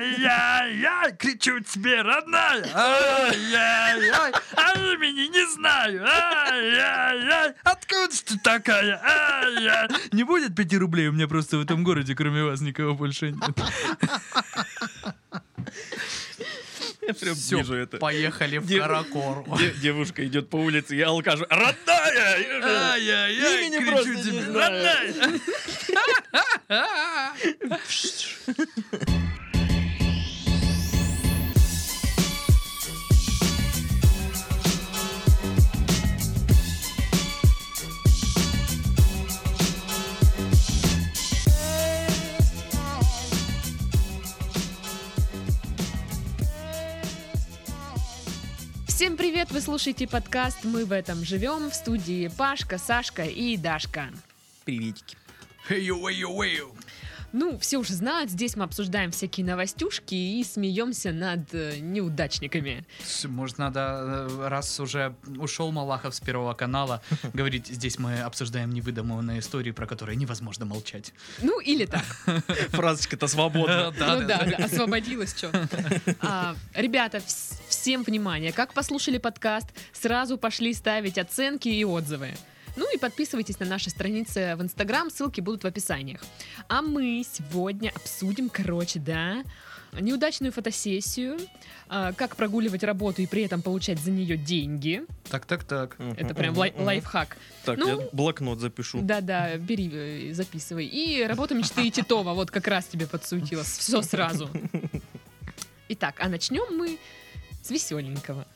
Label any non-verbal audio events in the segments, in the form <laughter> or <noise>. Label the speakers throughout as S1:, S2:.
S1: Ай-яй-яй, кричу тебе, родная. Ай-яй-яй, а имени не знаю. Ай-яй-яй, откуда ж ты такая? Ай-яй. Не будет пяти рублей, у меня просто в этом городе, кроме вас, никого больше нет.
S2: Я прям
S3: Всё,
S2: вижу это.
S3: поехали в
S2: Дев-
S3: Каракору.
S2: <laughs> Де- Девушка идет по улице, я алкажу. Родная! я же-
S1: Ай-яй-яй,
S2: Имени просто
S1: кричу
S2: не
S1: тебе,
S2: знаю.
S1: родная.
S4: Всем привет! Вы слушаете подкаст «Мы в этом живем» в студии Пашка, Сашка и Дашка.
S2: Приветики.
S4: Ну, все уже знают, здесь мы обсуждаем всякие новостюшки и смеемся над э, неудачниками.
S3: С- Может, надо, э, раз уже ушел Малахов с Первого <laughs> канала, говорить, здесь мы обсуждаем невыдуманные истории, про которые невозможно молчать.
S4: Ну, или так.
S3: <laughs>
S2: Фразочка-то свободна.
S4: ну да, да, освободилась, что. ребята, вс- всем внимание, как послушали подкаст, сразу пошли ставить оценки и отзывы. Ну и подписывайтесь на наши страницы в Инстаграм, ссылки будут в описаниях. А мы сегодня обсудим, короче, да, неудачную фотосессию, а, как прогуливать работу и при этом получать за нее деньги.
S3: Так, так, <laughs> так.
S4: Это прям лай- лайфхак.
S2: Так,
S4: Ну.
S2: я блокнот запишу.
S4: Да-да, бери, э, записывай. И работа мечты и Титова, вот как раз тебе подсуетила. Все сразу. Итак, а начнем мы с веселенького.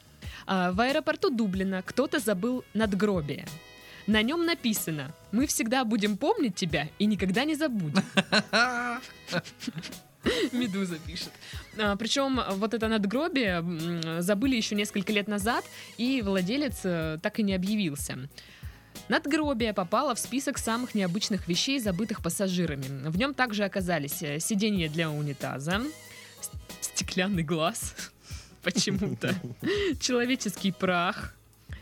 S4: А, В аэропорту Дублина кто-то забыл надгробие. На нем написано «Мы всегда будем помнить тебя и никогда не забудем». Медуза пишет. причем вот это надгробие м, забыли еще несколько лет назад, и владелец э, так и не объявился. Надгробие попало в список самых необычных вещей, забытых пассажирами. В нем также оказались э, сиденье для унитаза, с- стеклянный глаз, <laughs> почему-то, человеческий прах,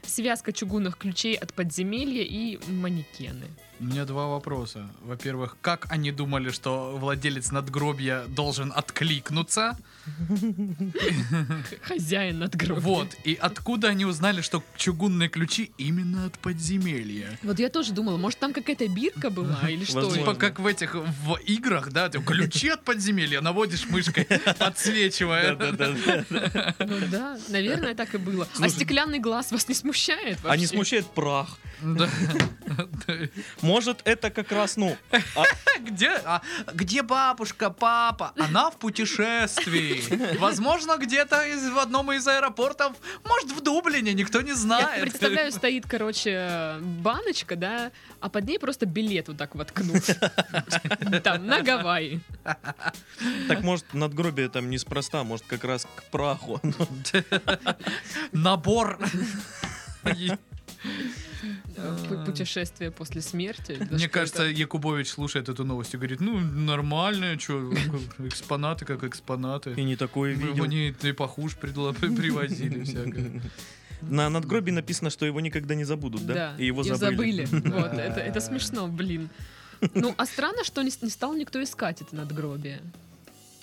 S4: связка чугунных ключей от подземелья и манекены.
S3: У меня два вопроса. Во-первых, как они думали, что владелец надгробья должен откликнуться?
S4: Х- Хозяин надгробия.
S3: Вот. И откуда они узнали, что чугунные ключи именно от подземелья?
S4: Вот я тоже думала, может, там какая-то бирка была или что?
S2: Возможно.
S3: Типа как в этих в играх, да, ты ключи от подземелья наводишь <laughs> мышкой, подсвечивая.
S2: Да-да-да.
S4: Ну да, наверное, так и было. А
S2: Слушай,
S4: стеклянный глаз вас не смущает
S2: А не
S4: вообще?
S2: смущает прах.
S3: <laughs> <laughs> Да.
S2: Может, это как раз, ну,
S3: Где, а, где бабушка, папа? Она в путешествии. Возможно, где-то из, в одном из аэропортов, может, в Дублине, никто не
S4: Я
S3: знает.
S4: представляю, стоит, короче, баночка, да, а под ней просто билет вот так воткнут. Там, на Гавайи.
S2: так может, надгробие там неспроста, может, как раз к праху. <laughs>
S3: Набор.
S4: Пу- Путешествие после смерти. Да
S3: Мне
S4: что
S3: кажется,
S4: это?
S3: Якубович слушает эту новость и говорит, ну, нормально, что, экспонаты как экспонаты.
S2: И не такое
S3: Ну,
S2: видел.
S3: Они и похуже предла- привозили всякое.
S2: На надгробии написано, что его никогда не забудут, да?
S4: Да,
S2: И его забыли. <laughs>
S4: Вот,
S3: Да.
S4: это, это смешно, блин. Ну, а странно, что не, с- не стал никто искать это надгробие.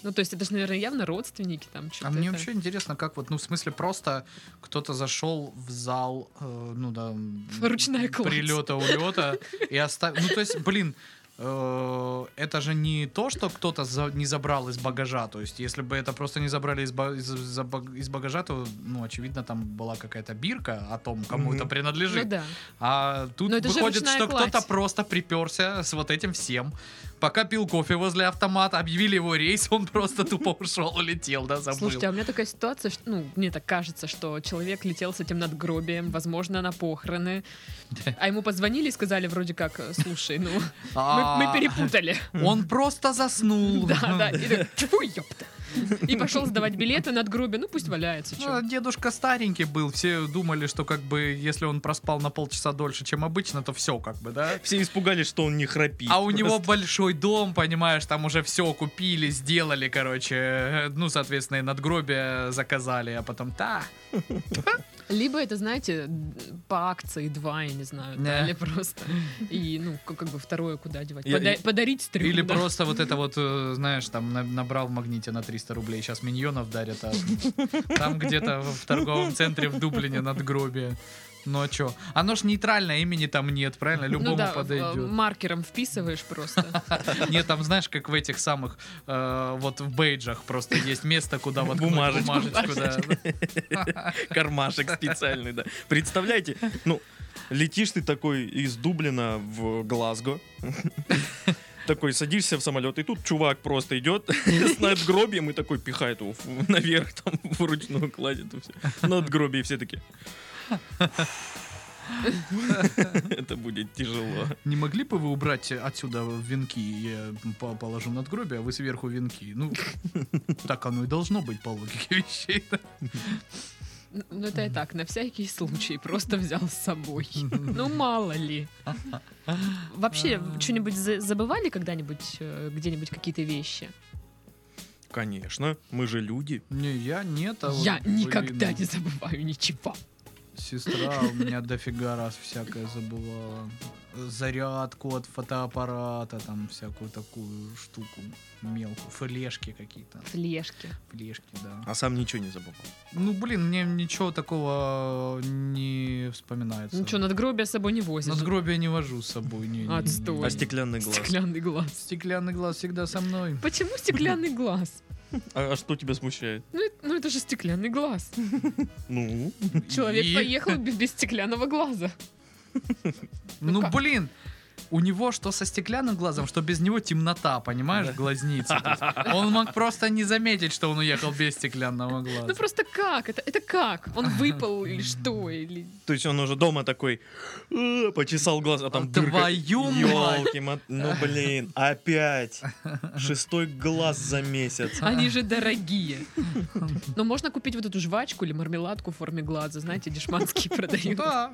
S4: Ну, то есть это же, наверное, явно родственники там что-то.
S3: А мне
S4: это.
S3: вообще интересно, как вот, ну, в смысле, просто кто-то зашел в зал, э, ну, да, м,
S4: <laughs> Ручная кладь.
S3: прилета, улета, и оставил. Ну, то есть, блин, э, это же не то, что кто-то за- не забрал из багажа. То есть, если бы это просто не забрали из, ба- из- за баг- из багажа, то, ну, очевидно, там была какая-то бирка о том, кому
S2: Мгм.
S3: это
S4: Ну
S3: принадлежит.
S4: да.
S3: А тут
S4: Но это же
S3: выходит,
S4: ручная
S3: что
S4: кладь.
S3: кто-то просто приперся с вот этим всем. Пока пил кофе возле автомата, объявили его рейс, он просто тупо ушел, улетел, да, забыл.
S4: Слушайте, а у меня такая ситуация, что, ну, мне так кажется, что человек летел с этим надгробием, возможно, на похороны. А ему позвонили и сказали вроде как, слушай, ну,
S3: <laughs> А, Ну
S4: мы, мы перепутали.
S3: <laughs> Он просто заснул.
S4: <laughs> Да, да. И так, тьфу, ёпта. И пошел сдавать билеты надгробие, ну пусть валяется.
S3: Ну,
S4: чё.
S3: дедушка старенький был, все думали, что как бы если он проспал на полчаса дольше, чем обычно, то все как бы, да?
S2: Все испугались, что он не храпит.
S3: А у него
S2: Просто.
S3: большой дом, понимаешь, там уже все купили, сделали, короче, э, ну, соответственно, и надгробие заказали, а потом та.
S4: Либо это, знаете, по акции два, я не знаю, да,
S3: Да.
S4: или просто. И, ну, к- как бы второе куда девать?
S2: Я-
S4: Пода-
S2: я-
S4: Подарить стрим.
S3: Или
S4: да.
S3: просто вот это вот, э, знаешь, там на- набрал в магните на 300 рублей, сейчас миньонов дарят, а там где-то в торговом центре в Дублине надгробие. Ну а чё? Оно ж нейтральное, имени там нет, правильно? Любому
S4: ну, да, в-
S3: подойдет.
S4: маркером вписываешь просто.
S3: Нет, там знаешь, как в этих самых, э, вот в бейджах просто есть место, куда вот
S2: Бумажечку.
S3: бумажечку да.
S2: Кармашек специальный, да. Представляете, ну, летишь ты такой из Дублина в Глазго, такой садишься в самолет, и тут чувак просто идет с надгробием и такой пихает его в- наверх, там вручную кладет и все. Надгробие и все таки Это будет тяжело.
S3: Не могли бы вы убрать отсюда венки? Я по- положу надгробие, а вы сверху венки. Ну, так оно и должно быть по логике вещей. да.
S4: Ну, это я так, на всякий случай просто взял с собой. Ну, мало ли. Вообще, что-нибудь за- забывали когда-нибудь э, где-нибудь какие-то вещи?
S2: Конечно, мы же люди.
S3: Не, я нет, а вот,
S4: Я
S3: блин,
S4: никогда не забываю ничего.
S3: Сестра у меня дофига раз всякое забывала. Зарядку от фотоаппарата, там всякую такую штуку мелкую. Флешки какие-то.
S4: Флешки.
S3: Флешки, да.
S2: А сам ничего не забыл.
S3: Ну, блин, мне ничего такого не вспоминается.
S4: Ну что, надгробие с собой не возишь? <laughs>
S3: Надгробие не вожу с собой. не- не- не-
S4: Отстой.
S2: А стеклянный глаз?
S4: Стеклянный глаз.
S3: Стеклянный глаз всегда со мной.
S4: Почему стеклянный глаз?
S2: А а что тебя смущает?
S4: Ну, э- ну, это же
S3: <laughs>
S4: стеклянный глаз.
S2: Ну,
S4: <laughs> Человек
S3: И-
S4: поехал без, без стеклянного глаза.
S3: Ну,
S4: как?
S3: блин, у него что со стеклянным глазом, что без него темнота, понимаешь, глазница. То есть Он мог просто не заметить, что он уехал без стеклянного
S4: Ну
S3: глаза.
S4: просто как? Это, это как? Он
S3: <laughs>
S4: выпал или что? Или...
S2: То есть он уже дома такой «Э, почесал глаз, а там дырка.
S3: Твою мать!
S2: Ёлки, мат- ну блин, опять шестой глаз за месяц.
S4: Они же дорогие. Но можно купить вот эту жвачку или мармеладку в форме глаза, знаете, дешманские продают.
S3: Да,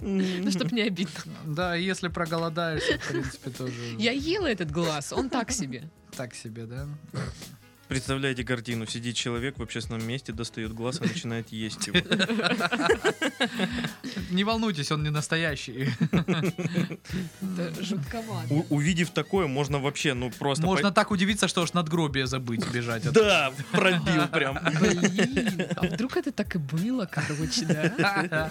S4: Ну, чтоб не обидно.
S3: да, если проголодаешься, в принципе, тоже
S4: Я ела этот глаз, он так себе.
S3: так себе, да?
S2: Представляете картину? Сидит человек в общественном месте, достает глаз и начинает есть его.
S3: Не волнуйтесь, он не настоящий.
S4: Это жутковато.
S2: У- увидев такое, можно вообще, ну просто...
S3: Можно так удивиться, что уж надгробие забыть, бежать.
S2: по-
S3: от-
S2: Да, пробил прям.
S4: Блин, а вдруг это так и было, короче, да?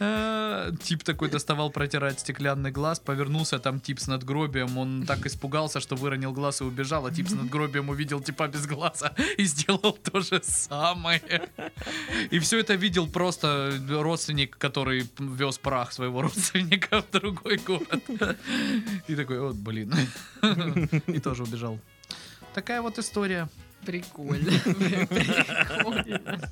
S3: Э, <laughs> Тип такой доставал протирать стеклянный глаз, повернулся, там тип с надгробием, он так испугался, что выронил глаз и убежал, а тип с надгробием увидел типа без глаза <laughs> и сделал то же самое. И все это видел просто родственник, который вез прах своего <laughs> родственника в другой город. И такой, вот, блин. <laughs> И тоже убежал. Такая вот история.
S4: Прикольно. Прикольно.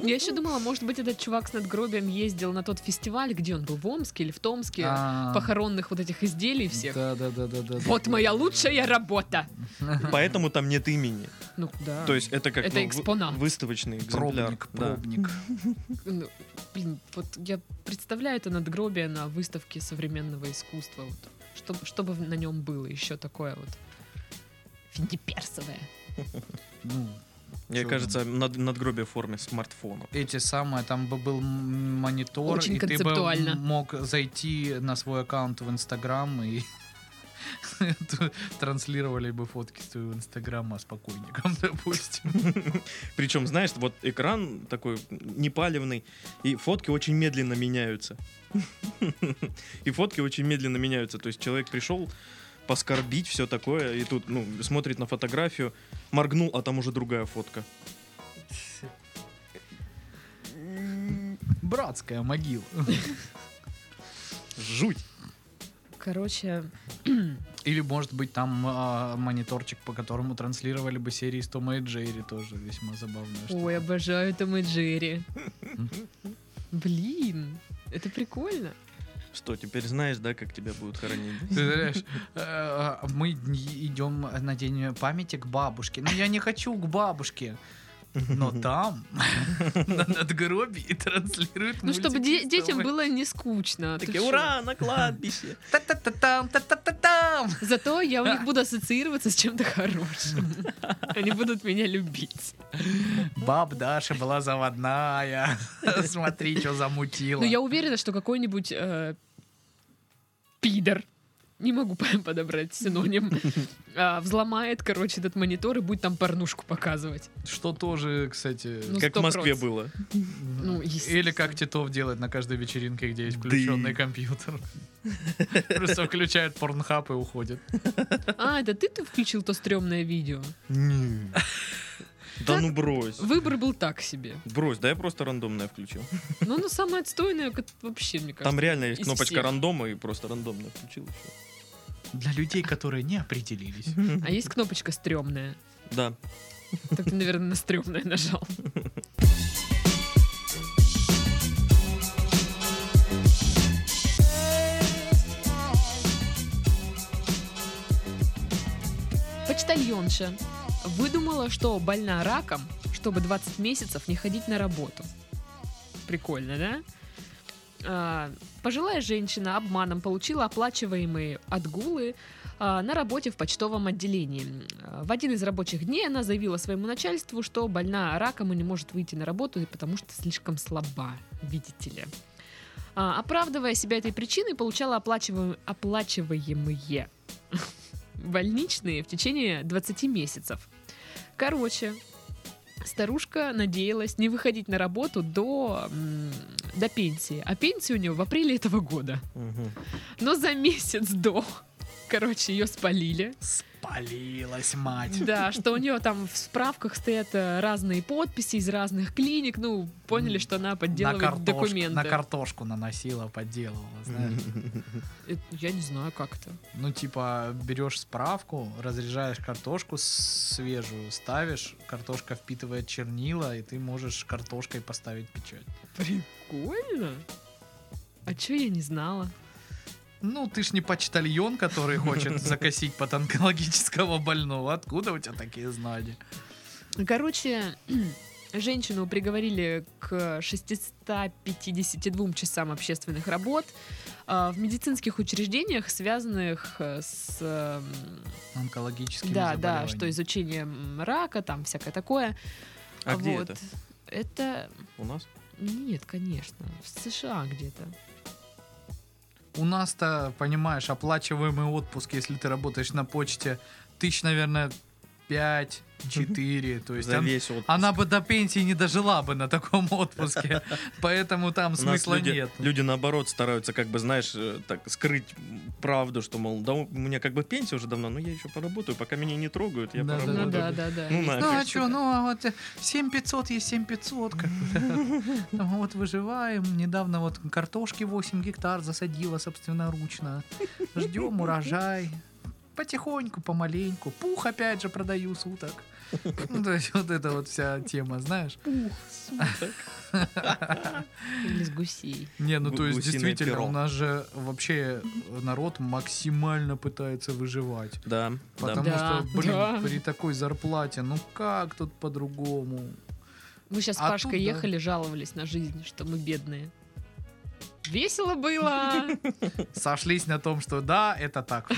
S4: Я еще думала, может быть, этот чувак с надгробием ездил на тот фестиваль, где он был, в Омске или в Томске,
S3: Похоронных
S4: похоронных вот этих изделий всех.
S3: А. Да, да, да, да, да.
S4: Вот моя лучшая работа.
S2: Поэтому там нет имени.
S4: Ну да.
S2: То есть это как
S4: Это
S2: ну, вы-
S4: экспонат.
S2: выставочный экземпляр.
S3: А, Пробник,
S2: Да.
S3: пробник.
S4: Ну, блин, вот я представляю это надгробие на выставке современного искусства. Вот, что, что бы на нем было еще такое вот финдиперсовое.
S3: Ну,
S2: Мне
S3: Чё
S2: кажется, над- надгробие в форме смартфона.
S3: эти самые, там бы был м, монитор,
S4: Очень
S3: и ты бы
S4: концептуально.
S3: м- мог зайти на свой аккаунт в Инстаграм и <laughs> ту- транслировали бы фотки с твоего Инстаграма с покойником, <laughs> допустим.
S2: Причем, знаешь, вот экран такой непалевный, и фотки очень медленно меняются. <laughs> И фотки очень медленно меняются. То есть человек пришел поскорбить, все такое, и тут ну, смотрит на фотографию, моргнул, а там уже другая фотка.
S3: Братская могила.
S2: Жуть!
S4: Короче,
S3: Или, может быть, там а, мониторчик, по которому транслировали бы серии с Тома и Джерри, тоже весьма забавная
S4: ой,
S3: штука.
S4: обожаю Том и Джерри. Блин, это прикольно.
S2: Что, теперь знаешь, да, как тебя будут хоронить?
S3: Ты знаешь, э, Ну, мы идем на день памяти к бабушке. Но я не хочу к бабушке. но там <laughs> на надгробии транслируют
S4: Ну, чтобы де- детям было не скучно. Ты
S2: Такие,
S4: чё?
S2: ура, на кладбище.
S3: Та-та-та-там, та-та-та-там.
S4: Зато я у них буду ассоциироваться с чем-то
S2: <laughs>
S4: хорошим. Они будут меня любить.
S3: Баб Даша была заводная. <laughs> Смотри, что замутила.
S4: Но Ну, я уверена, что какой-нибудь э, пидор, не могу <laughs> по- подобрать синоним, а, взломает, короче, этот монитор и будет там порнушку показывать.
S3: Что тоже, кстати...
S4: <laughs> Ну,
S2: Как в
S4: сто
S2: Москве
S4: проц.
S2: было.
S4: Ну,
S3: Или как Титов делает на каждой вечеринке, где есть включенный компьютер. <laughs> Просто включает порнхаб и уходит.
S4: А, это ты ты включил то стрёмное видео?
S2: Не. Да ну брось.
S4: Выбор был так себе.
S2: Брось, да я просто рандомное включил.
S4: Но оно самое отстойное как- вообще, мне кажется.
S2: Там реально есть
S4: из
S2: кнопочка
S4: всех.
S2: рандома и просто рандомно включил. и всё.
S3: Для людей, которые не определились.
S4: А есть кнопочка стрёмная.
S2: Да.
S4: Так ты, наверное, на стрёмное нажал. Почтальонша выдумала, что больна раком, чтобы 20 месяцев не ходить на работу. Прикольно, да? А, Пожилая женщина обманом получила оплачиваемые отгулы а, на работе в почтовом отделении. А, В один из рабочих дней она заявила своему начальству, что больна раком и не может выйти на работу, и потому что слишком слаба, видите ли. А, Оправдывая себя этой причиной, получала оплачиваем- оплачиваемые <laughs> больничные в течение 20 месяцев. Короче, старушка надеялась не выходить на работу до, м, до пенсии. А пенсия у нее в апреле этого года.
S2: Мгм.
S4: Но Ну, за месяц до, короче, ее спалили.
S3: Спалилась мать.
S4: Да, что у нее там в справках стоят э, разные подписи из разных клиник. Ну, поняли, что она
S3: На
S4: подделывает
S3: картошку,
S4: документы.
S3: на картошку наносила, подделывала, знаешь.
S4: Э, Я не знаю, как это.
S3: Ну, типа, берешь справку, разряжаешь картошку с- свежую, ставишь, картошка впитывает чернила, и ты можешь картошкой поставить печать.
S4: Прикольно. А чё я не знала?
S3: Ну, ты ж не почтальон, который хочет закосить под онкологического больного. Откуда у тебя такие знания?
S4: Короче, <clears throat> женщину приговорили к 652 часам общественных работ а, в медицинских учреждениях, связанных э, с... э,
S3: Онкологические
S4: Да, да, что изучением рака, там всякое такое.
S2: А где
S4: Вот.
S2: это?
S4: Это...
S2: У нас?
S4: Нет, конечно, в США где-то.
S3: У нас-то, понимаешь, оплачиваемый отпуск, если ты работаешь на почте, тысяч, наверное, 5-4. То есть
S2: За
S3: он-
S2: весь отпуск.
S3: она бы до пенсии не дожила бы на таком
S2: <laughs>
S3: отпуске. Поэтому там
S2: У нас
S3: смысла
S2: люди,
S3: нет.
S2: люди наоборот стараются, как бы, знаешь, э, так скрыть м, правду, что, мол, да у меня как бы пенсия уже давно, но я еще поработаю, пока меня не трогают, я
S3: Да, да,
S4: Ну
S2: поработаю.
S4: да, да, да.
S2: Ну,
S4: Есть-
S2: нафиг.
S3: Ну а что, ну а вот э, 7500 есть 7500. Как бы.
S2: <laughs>
S3: Ну, вот выживаем. Недавно вот картошки 8 гектар засадила собственноручно. Ждем урожай. Потихоньку, помаленьку. Пух опять же продаю суток. Ну, то есть вот это вот вся тема, знаешь?
S4: Или с <laughs> гусей.
S3: Не, ну
S2: Гу-
S3: то есть
S2: гусиное
S3: действительно
S2: перо.
S3: у нас же вообще народ максимально пытается выживать.
S2: Да, да.
S3: Потому
S4: Да,
S3: что, блин,
S4: да.
S3: при такой зарплате, ну как тут по-другому?
S4: Мы сейчас с
S3: А тут,
S4: Пашкой
S3: да.
S4: ехали, жаловались на жизнь, что мы бедные. Весело было!
S3: сошлись на том, что да, это
S4: <laughs>
S3: так.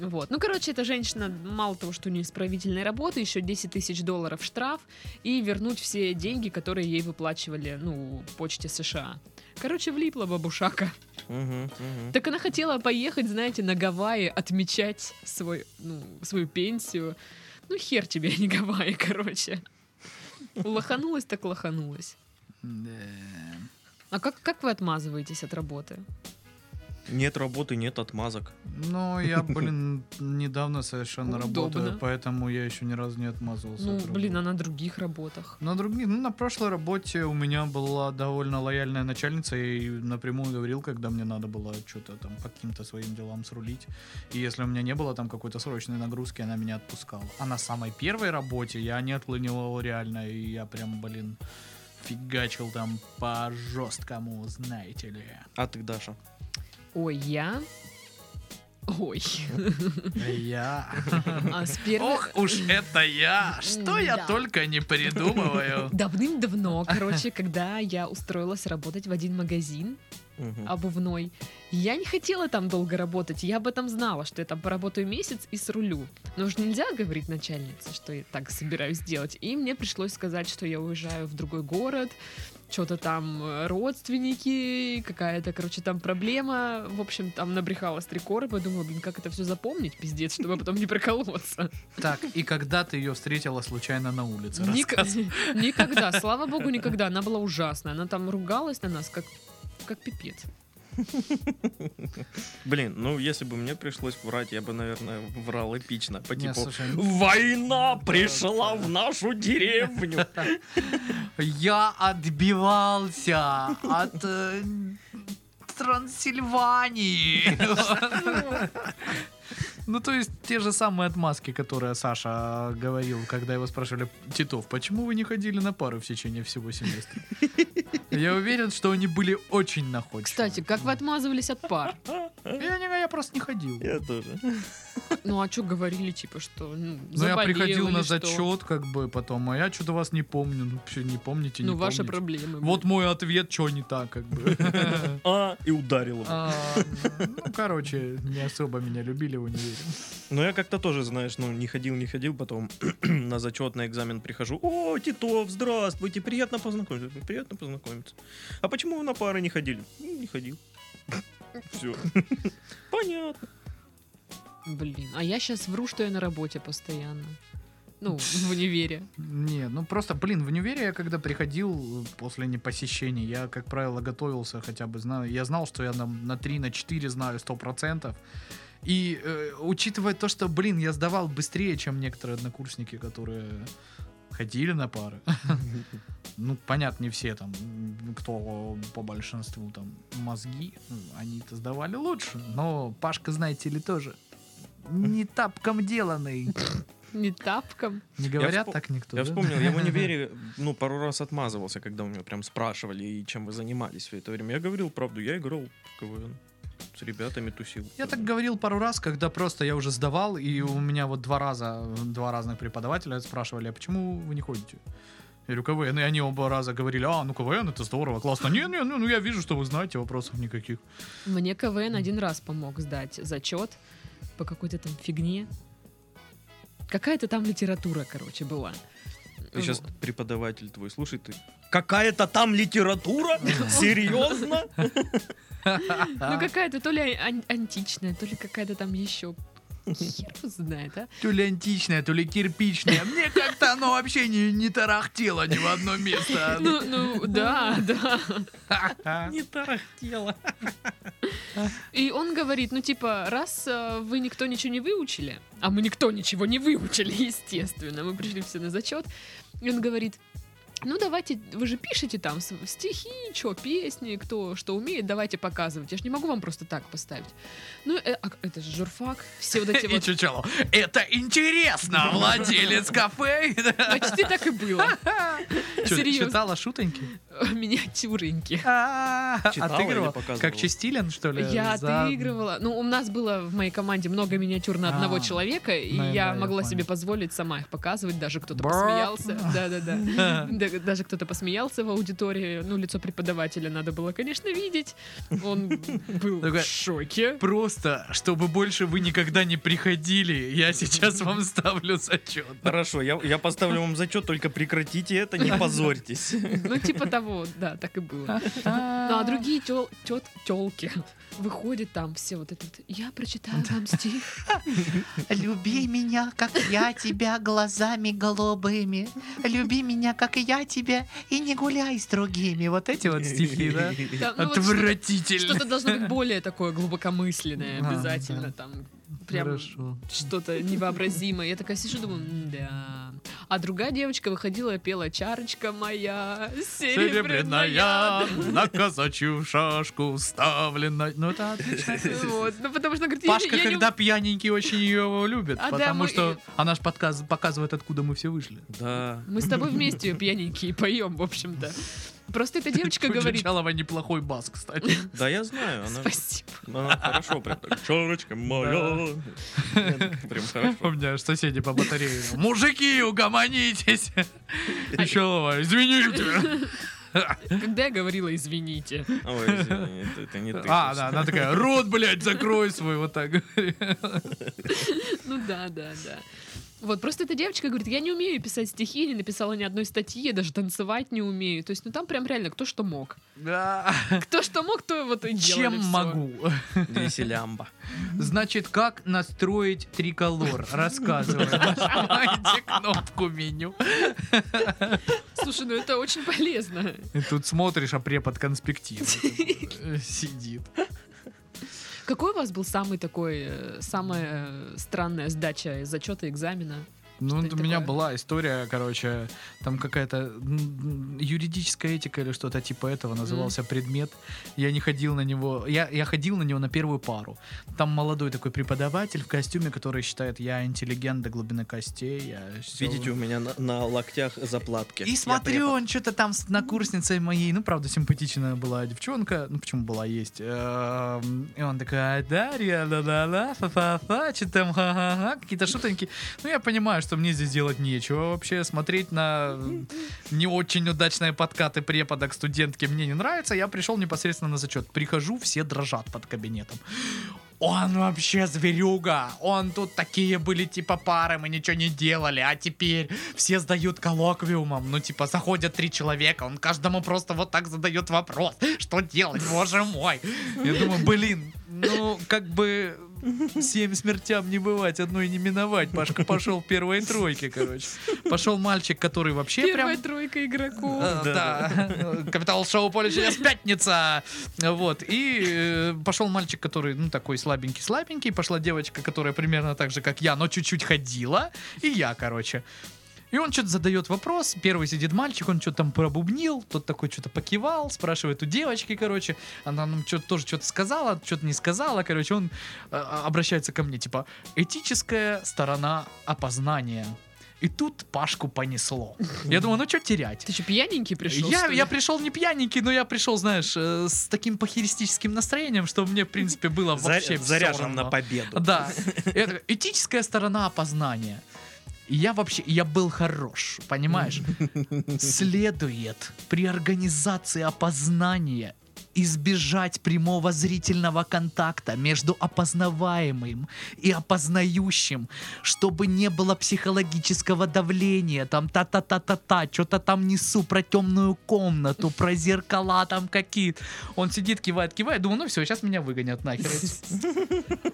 S4: Вот. Ну, короче, эта женщина, мало того, что у нее исправительная работа, еще 10 тысяч долларов штраф и вернуть все деньги, которые ей выплачивали, ну, почте США. Короче, влипла бабушака.
S2: Мгм, мгм.
S4: Так она хотела поехать, знаете, на Гавайи отмечать свой, ну, свою пенсию. Ну, хер тебе, <laughs> а не Гавайи, короче. Лоханулась так лоханулась.
S3: Ну,
S4: А как, как вы отмазываетесь от работы?
S2: Нет работы, нет отмазок.
S3: я, блин, недавно совершенно
S4: Удобно.
S3: работаю, поэтому я еще ни разу не отмазывался.
S4: Ну,
S3: от работы.
S4: блин, а на других работах.
S3: На других, ну, на прошлой работе у меня была довольно лояльная начальница, и напрямую говорил, когда мне надо было что-то там по каким-то своим делам срулить. И если у меня не было там какой-то срочной нагрузки, она меня отпускала. А на самой первой работе я не отклынивал реально, и я прям, блин, фигачил там по жесткому, знаете ли.
S2: А ты, Даша?
S4: Ой, я Ой.
S3: Я.
S4: А с первой-
S3: Ох уж это я! Что я
S4: Да.
S3: только не придумываю.
S4: Давным-давно, короче, когда я устроилась работать в один магазин, А
S2: Мгм.
S4: обувной. Я не хотела там долго работать, я об этом знала, что я там поработаю месяц и срулю. Но уж нельзя говорить начальнице, что я так собираюсь делать. И мне пришлось сказать, что я уезжаю в другой город, что-то там э, родственники, какая-то, короче, там проблема. В общем, там набрехалась три корпа, думаю, блин, как это все запомнить, пиздец, чтобы потом не проколоться.
S3: Так, и когда ты ее встретила случайно на улице?
S4: Ник- Никогда, слава богу, никогда. Она была ужасная, она там ругалась на нас, как как пипец.
S2: Блин, ну если бы мне пришлось врать, я бы, наверное, врал эпично. По
S3: Не,
S2: типу
S3: слушай,
S2: Война пришла в нашу
S3: <laughs>
S2: деревню.
S3: Я отбивался от э, Трансильвании. <laughs> Ну, то есть те же самые отмазки, которые Саша говорил, когда его спрашивали, Титов, почему вы не ходили на пару в течение всего
S4: <laughs>
S3: семестра? Я уверен, что они были очень находчивы.
S4: Кстати, как вы отмазывались от пар?
S3: Ну, Я, не- я просто не ходил.
S2: Я тоже.
S4: Ну а что говорили, типа, что ну,
S3: Ну, я
S4: заболел
S3: приходил
S4: или
S3: на
S4: что?
S3: зачет, как бы, потом, а я что-то вас не помню. Ну, вообще не помните, не
S4: Ну, ваши
S3: помните.
S4: проблемы.
S3: Вот мой ответ, что не так, как
S4: <laughs>
S3: бы. <laughs>
S2: А, и ударил его.
S3: А, Ну, короче, не особо меня любили в универе.
S2: Но я как-то тоже, знаешь, ну, не ходил, не ходил, потом <clears throat> на зачет, на экзамен прихожу. О, Титов, здравствуйте, приятно познакомиться. Приятно познакомиться. А почему вы на пары не ходили? «М, Не
S3: <laughs>
S2: ходил. Все. Понятно.
S4: Блин, а я сейчас вру, что я на работе постоянно. Ну,
S3: <laughs>
S4: в универе.
S3: Не, ну просто, блин, в универе я когда приходил э, после непосещений, я, как правило, готовился хотя бы, знаю, я знал, что я на, на 3, на 4 знаю 100%. И э, учитывая то, что, блин, я сдавал быстрее, чем некоторые однокурсники, которые ходили на пары. Ну, понятно, не все там, м, кто по большинству там мозги, м, они-то сдавали лучше. Но Пашка, знаете ли, тоже не тапком деланный.
S4: Не тапком.
S3: Не говорят
S2: вспом-
S3: так никто.
S2: Я
S3: да?
S2: вспомнил, я
S3: <laughs>
S2: в универе, ну, пару раз отмазывался, когда у меня прям спрашивали, и чем вы занимались все это время. Я говорил правду, я играл в КВН. С ребятами тусил.
S3: Я так говорил пару раз, когда просто я уже сдавал, и у меня вот два раза, два разных преподавателя спрашивали, а почему вы не ходите? Я говорю, КВН, и они оба раза говорили, а, ну КВН, это здорово, классно. Не, не, ну ну, я вижу, что вы знаете, вопросов никаких.
S4: Мне КВН один раз помог сдать зачет по какой-то там фигне. Какая-то там литература, короче, была.
S2: Ты сейчас преподаватель твой слушай ты. Какая-то
S3: <laughs>
S2: там литература? Серьезно?
S3: А?
S4: Ну, какая-то то ли ан- античная, то ли какая-то там еще. Хер его знает, а?
S3: То ли античная, то ли кирпичная. Мне как-то оно вообще не, не тарахтело ни в одно <laughs> место.
S4: Ну, ну, да, да.
S3: А?
S2: Не тарахтела.
S4: И он говорит, ну типа, раз э, вы никто ничего не выучили, а мы никто ничего не выучили, <laughs> естественно, мы пришли все на зачет, и он говорит, ну давайте, вы же пишете там с- стихи, что, песни, кто что умеет, давайте показывать. Я же не могу вам просто так поставить. Ну, э, а это же журфак, все вот
S3: <laughs>
S4: эти
S3: И
S4: вот...
S3: чучело. Это <laughs> интересно, владелец кафе.
S4: Почти так и было. <laughs>
S3: Чё,
S4: Серьёзно.
S3: Читала шутоньки?
S4: Миниатюреньки.
S3: А
S2: Читала или
S3: отыгрывала?
S2: показывала?
S3: Как Чистилин, что ли?
S4: Я
S3: за- <laughs>
S4: отыгрывала. Ну, у нас было в моей команде много миниатюр на одного
S3: А,
S4: человека, и
S3: ну,
S4: я
S3: да, я
S4: могла
S3: понял.
S4: себе позволить сама их показывать, даже кто-то
S3: Бррр. <laughs>
S4: посмеялся. Да-да-да. Да, Даже кто-то посмеялся в аудитории. Ну, лицо преподавателя надо было, конечно, видеть. Он был в
S3: Такая-
S4: шоке.
S3: Просто, чтобы больше вы никогда не приходили, я сейчас вам ставлю зачет.
S2: Хорошо, я, я поставлю вам зачет, только прекратите это, не позорьтесь.
S4: Ну, типа того, да, так и было. Ну, а другие тел, тет, телки выходят там все вот это вот. Я прочитаю
S3: <laughs>
S4: вам стих.
S5: Люби меня, как я тебя, глазами голубыми. Люби меня, как и я тебя, и не гуляй с другими.
S3: Вот эти вот стихи, да?
S4: Там, ну, вот
S3: Отвратительно.
S4: Что-то должно быть более такое глубокомысленное
S3: А,
S4: обязательно.
S3: да.
S4: Там прям
S3: Хорошо.
S4: что-то невообразимое. Я такая сижу, думаю, да. А другая девочка выходила и пела «Чарочка моя, серебряная».
S3: Серебряная на казачью шашку вставлена. Ну это отлично.
S4: Вот. Ну, потому что, говорит, я не-
S3: Пашка,
S4: я не-
S3: когда пьяненький, очень ее любит,
S4: А, да,
S3: потому
S4: мы-
S3: что она ж подказ- показывает, откуда мы все вышли.
S2: Да.
S4: Мы с тобой вместе пьяненькие поем, в общем-то. Просто эта девочка
S3: У
S4: говорит...
S3: Чучалова неплохой бас, кстати. <laughs>
S2: Да, я знаю, она,
S4: Спасибо.
S2: она хорошо прям так, Чёрочка моя. Прям
S3: У
S2: хорошо.
S3: меня аж соседи по батарее. Мужики, угомонитесь!
S4: А
S3: Чучалова,
S4: <laughs>
S3: извините!
S4: Когда я говорила «извините».
S2: Ой, извини, это, это не ты.
S3: А, да, она такая, рот, блядь, закрой свой, вот так.
S4: Ну да, да, да. Вот, просто эта девочка говорит, я не умею писать стихи, не написала ни одной статьи, я даже танцевать не умею. То есть, ну там прям реально кто что мог.
S3: Да.
S4: Кто что мог, то вот и делали
S3: Чем
S4: всё.
S3: могу?
S2: Веселямба.
S3: Значит, как настроить триколор? Рассказывай. Нажимаете кнопку меню.
S4: Слушай, ну это очень полезно.
S3: И тут смотришь, а препод конспектирует. Сидит.
S4: Какой у вас был самый такой, э, самая странная сдача из зачета экзамена?
S3: Ну,
S4: Что это
S3: у меня
S4: такое?
S3: была история, короче, там какая-то м, м, юридическая этика или что-то типа этого назывался предмет. Я не ходил на него, я, я ходил на него на первую пару. Там молодой такой преподаватель в костюме, который считает, я интеллигент до глубины костей. я всё».
S2: Видите, у меня на, на локтях заплатки.
S3: И
S2: Я
S3: смотрю,
S2: препод.
S3: он что-то там с однокурсницей моей, ну, правда, симпатичная была девчонка, ну, почему была, есть. Эм, И он такой, «А, Дарья, ла-ла-ла, фа-фа-фа, что там, ха-ха-ха, какие-то шутоньки. Ну, я понимаю, что мне здесь делать нечего вообще, смотреть на не очень удачные подкаты препода к студентке мне не нравится, я пришел непосредственно на зачет. Прихожу, все дрожат под кабинетом. Он вообще зверюга. Он тут такие были типа пары, мы ничего не делали. А теперь все сдают коллоквиумом. Ну, типа, заходят три человека, он каждому просто вот так задает вопрос. Что делать, боже мой? Я думаю, блин, ну, как бы семь смертям не бывать, одной не миновать. Пашка пошел в первой тройке, короче. Пошел мальчик, который вообще прям...
S4: Первая тройка игроков.
S3: Э, Да. <laughs> Капитал шоу поле чудес пятница. Вот. И э, пошел мальчик, который, ну, такой слабенький-слабенький. Пошла девочка, которая примерно так же, как я, но чуть-чуть ходила. И я, короче. И он что-то задает вопрос. Первый сидит мальчик, он что-то там пробубнил, тот такой что-то покивал, спрашивает у девочки, короче. Она нам что-то тоже что-то сказала, что-то не сказала. Короче, он э, обращается ко мне, типа, этическая сторона опознания. И тут Пашку понесло. Я думаю, ну что терять?
S4: Ты что, пьяненький пришел?
S3: Я,
S4: что ли?
S3: я пришел не пьяненький, но я пришел, знаешь, э, с таким похеристическим настроением, что мне, в принципе, было
S2: Заря-
S3: вообще всё
S2: заряжен
S3: равно.
S2: на победу.
S3: Да. Это этическая сторона опознания. И Я вообще, я был хорош, понимаешь? Следует при организации опознания избежать прямого зрительного контакта между опознаваемым и опознающим, чтобы не было психологического давления, там та-та-та-та-та, что-то там несу про темную комнату, про зеркала там какие Он сидит, кивает, кивает, думаю, ну все, сейчас меня выгонят нахер.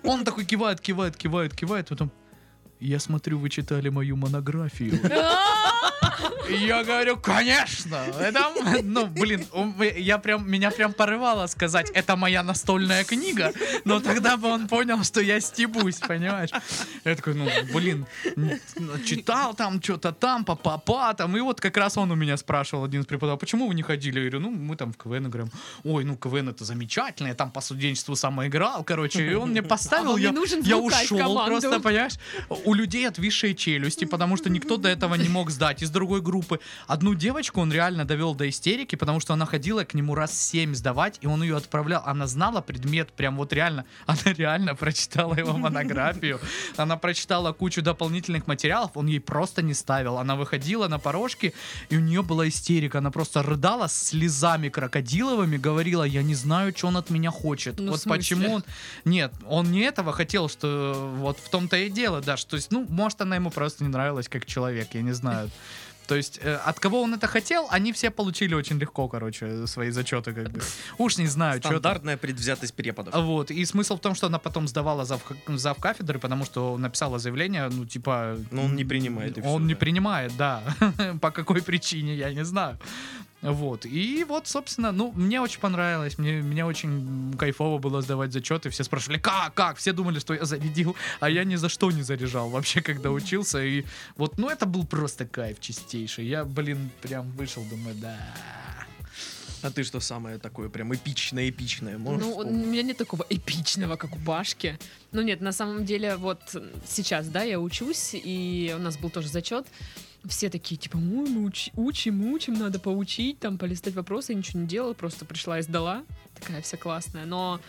S3: Он такой кивает, кивает, кивает, кивает, потом я смотрю, вы читали мою монографию.
S4: А!
S3: И Я говорю, конечно. Это, м- ну, блин, он- я прям, меня прям порывало сказать, это моя настольная книга, но тогда бы он понял, что я стебусь, понимаешь? Я такой, ну, блин, н- ну, читал там что-то там, папа там, и вот как раз он у меня спрашивал, один из преподавателей, почему вы не ходили? Я говорю, ну, мы там в КВН играем. Ой, ну, КВН это замечательно, я там по студенчеству сама играл, короче, и он мне поставил,
S4: А вам не
S3: я,
S4: нужен
S3: я
S4: звукарь в
S3: ушел
S4: команду.
S3: просто, понимаешь, у людей отвисшие челюсти, потому что никто до этого не мог сдать из другой группы. Одну девочку он реально довел до истерики, потому что она ходила к нему раз семь сдавать, и он ее отправлял. Она знала предмет, прям вот реально. Она реально прочитала его монографию. Она прочитала кучу дополнительных материалов, он ей просто не ставил. Она выходила на порожки, и у нее была истерика. Она просто рыдала с слезами крокодиловыми, говорила, я не знаю, что он от меня хочет.
S4: Ну, в
S3: вот
S4: смысле?
S3: почему он... Нет, он не этого хотел, что э, вот в том-то и дело, да, что, то есть, ну, может, она ему просто не нравилась как человек, я не знаю. <laughs> То есть, э, от кого он это хотел, они все получили очень легко, короче, свои зачеты, как бы. Уж не знаю, что а там. А
S2: Стандартная предвзятость преподов.
S3: Вот, и смысл в том, что она потом сдавала зав, зав кафедры, потому что написала заявление, ну, типа...
S2: Но он не принимает, и
S3: Он
S2: всё,
S3: не
S2: да.
S3: принимает, да. <laughs> По какой причине, я не знаю. Вот, и вот, собственно, ну, мне очень понравилось, мне, мне очень кайфово было сдавать зачеты, все спрашивали, как, как, все думали, что я зарядил, а я ни за что не заряжал вообще, когда учился, и вот, ну, это был просто кайф чистейший, я, блин, прям вышел, думаю, да,
S2: А ты что самое такое прям эпичное-эпичное можешь
S4: Ну, у
S2: вспомнить?
S4: меня нет такого эпичного, как у Пашки. Ну нет, на самом деле, вот сейчас, да, я учусь, и у нас был тоже зачет. все такие, типа, ой, мы уч- учим, учим, надо поучить, там, полистать вопросы, я ничего не делала, просто пришла и сдала, такая вся классная, но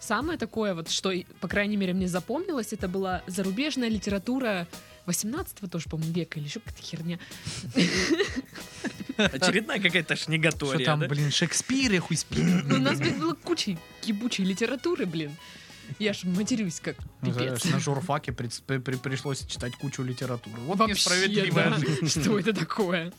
S4: самое такое вот, что, и, по крайней мере, мне запомнилось, это была зарубежная литература 18-го тоже, по-моему, века или еще какая-то херня.
S2: Очередная какая-то
S3: Что
S2: шнеготория,
S3: там,
S2: да?
S3: блин, Шекспир и хуй
S2: <clears throat>
S4: Ну, У нас, блин, было куча ебучей литературы, блин. Я ж матерюсь как
S2: Ну,
S4: пипец.
S3: На журфаке пред- при- при- пришлось читать кучу литературы. Вот
S4: Вообще,
S3: несправедливая
S4: да.
S3: жизнь. <laughs>
S4: <laughs> Что это такое?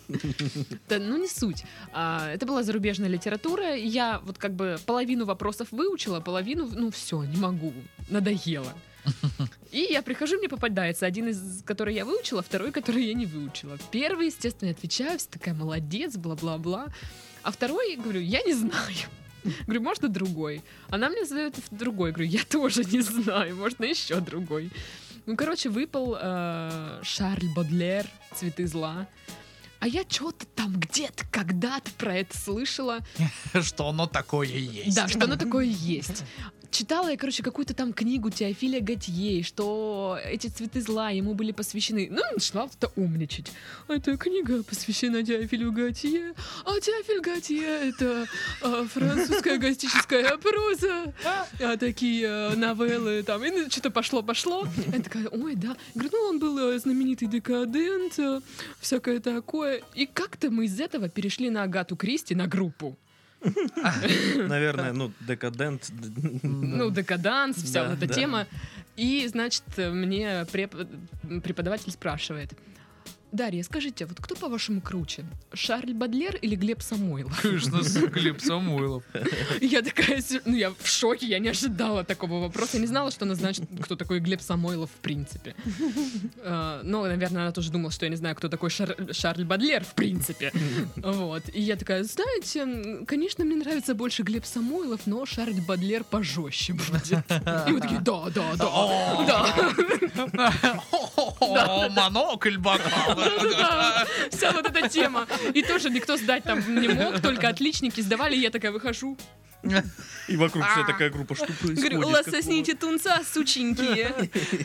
S4: Да, ну не суть. А, это была зарубежная литература. и Я вот как бы половину вопросов выучила, половину, ну все, не могу, надоело. И я прихожу, мне попадается один из, который я выучила, второй, который я не выучила. Первый, естественно, я отвечаю, вся такая молодец, бла-бла-бла. А второй, говорю, я не знаю. Говорю, можно другой? Она мне задает другой. Говорю, я тоже не знаю, можно еще другой. Ну, короче, выпал э, Шарль Бодлер «Цветы зла». А я что-то там где-то, когда-то про это слышала.
S3: Что оно такое есть.
S4: Да, что оно такое есть. Читала я, короче, какую-то там книгу Теофиля Готье, что эти цветы зла ему были посвящены. Ну, начала то умничать. Эта книга посвящена Теофилю Готье, а Теофиль Готье — это а, французская готическая проза, а такие а, новеллы там, и ну, что-то пошло-пошло. Я такая, ой, да. Говорю, ну, он был э, знаменитый декадент, э, всякое такое. И как-то мы из этого перешли на Агату Кристи, на группу.
S2: Наверное, ну, декадент.
S4: ну, декаданс, вся
S2: Да,
S4: вот эта
S2: да.
S4: тема. И, значит, мне преп- преподаватель спрашивает. Дарья, скажите, а вот кто, по-вашему, круче? Шарль Бадлер или Глеб Самойлов?
S3: Конечно, с Глеб Самойлов.
S4: И Я такая, си- ну я в шоке, я не ожидала такого вопроса. Я не знала, что она знает, что- кто такой Глеб Самойлов в принципе. Э, Но, наверное, она тоже думала, что я не знаю, кто такой Шар- Шарль Бадлер в принципе. Вот. И я такая, знаете, м, конечно, мне нравится больше Глеб Самойлов, но Шарль Бадлер пожестче будет. И мы такие, да, да, да, да.
S3: О, Монокль,
S4: <laughs>
S3: бокал.
S4: Да, Вся вот эта тема. И тоже никто сдать там не мог, только отличники сдавали. И я такая выхожу,
S2: И вокруг вся такая группа, что происходит?
S4: говорю, лососните тунца, сученьки.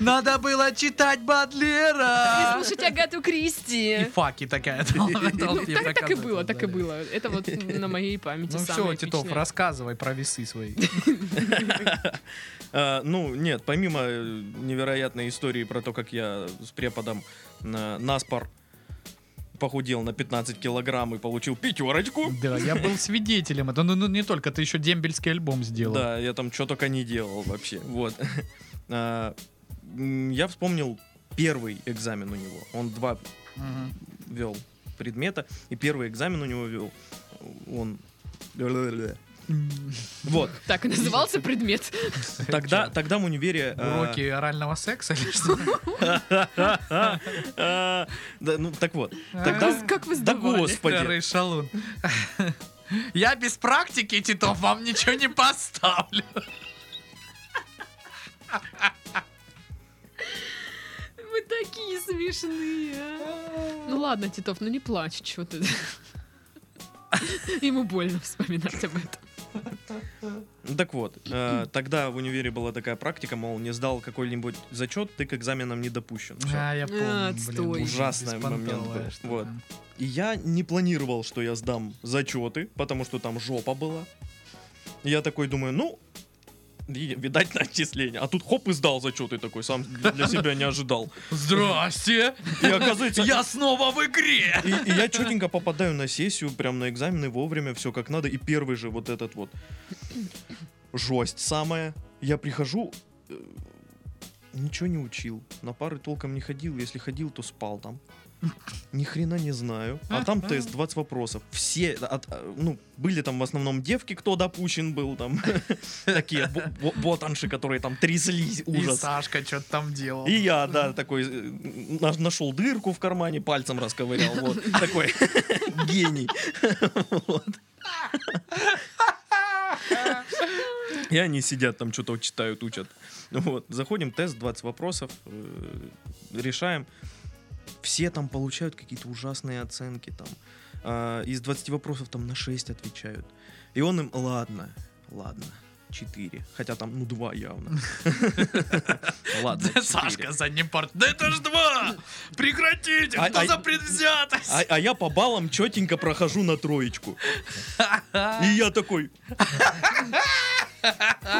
S3: Надо было читать
S4: И
S3: Бадлера.
S4: слушать Агату
S3: И
S4: Кристи.
S3: факи такая.
S4: <laughs> Ну, так, так и было, так и было. Это вот на моей памяти
S3: Ну все,
S4: самое
S3: Титов,
S4: эпичное.
S3: рассказывай про весы
S4: <laughs>
S3: свои.
S2: А, ну, нет, помимо э, невероятной истории про то, как я с преподом на, на спор похудел на 15 килограмм и получил пятерочку.
S3: Да, я был свидетелем. Это ну, ну, не только, ты еще дембельский альбом сделал.
S2: Да, я там что только не делал вообще. Вот. А, м, Я вспомнил первый экзамен у него. Он два
S3: Мгм.
S2: вел предмета, и первый экзамен у него вел он... Вот.
S4: Так и назывался предмет.
S2: Тогда, тогда в универе... а,
S3: Уроки орального секса или что?
S2: А, Да, ну так вот.
S3: А.
S2: Тогда...
S4: Как вы- Как вы
S2: Да
S4: сдавали?
S2: господи.
S3: Старый шалун. <laughs> Я без практики, Титов, вам ничего не
S2: <laughs>
S3: поставлю.
S4: Вы такие смешные. а. Ну ладно, Титов, ну не плачь, что ты. Ему больно вспоминать об этом.
S2: Ну, Так вот, э, тогда в универе была такая практика, мол, не сдал какой-нибудь зачет, ты к экзаменам не допущен. Всё.
S3: А, я помню,
S4: отстой.
S3: блин,
S2: Ужасный
S3: беспонтовая
S2: момент был.
S3: штука.
S2: Вот. И я не планировал, что я сдам зачеты, потому что там жопа была. И Я такой думаю, ну, ви- видать на отчисление. А тут хоп и сдал зачеты такой, сам для себя не ожидал.
S3: Здрасте,
S2: <laughs> И оказывается,
S3: я снова в игре.
S2: И, и я четенько попадаю на сессию, прям на экзамены вовремя, все как надо. И первый же вот этот вот жесть самая. Я прихожу, э, ничего не учил, на пары толком не ходил, если ходил, то спал там. Ни хрена не знаю. А там тест 20 вопросов. Все, от- а, ну, были там в основном девки, кто допущен был там. <laughs> Такие бо- бо- ботанши, которые там тряслись,
S3: И
S2: ужас.
S3: Сашка что-то там делал.
S2: И я, да, такой э, на- нашел дырку в кармане, пальцем расковырял. Вот такой <laughs> гений. Вот. И они сидят там, что-то читают, учат. Вот. Заходим, тест, 20 вопросов, э, решаем. Все там получают какие-то ужасные оценки. Там. А, Из 20 вопросов там на 6 отвечают. И он им, ладно, ладно, 4. Хотя там, ну, 2 явно. Ладно,
S3: Да, <laughs>
S2: четыре.
S3: Сашка задним порт. Да это ж два! Прекратите!
S2: А-
S3: Что
S2: а-
S3: за предвзятость?
S2: А, а я по баллам четенько прохожу на троечку. И я такой...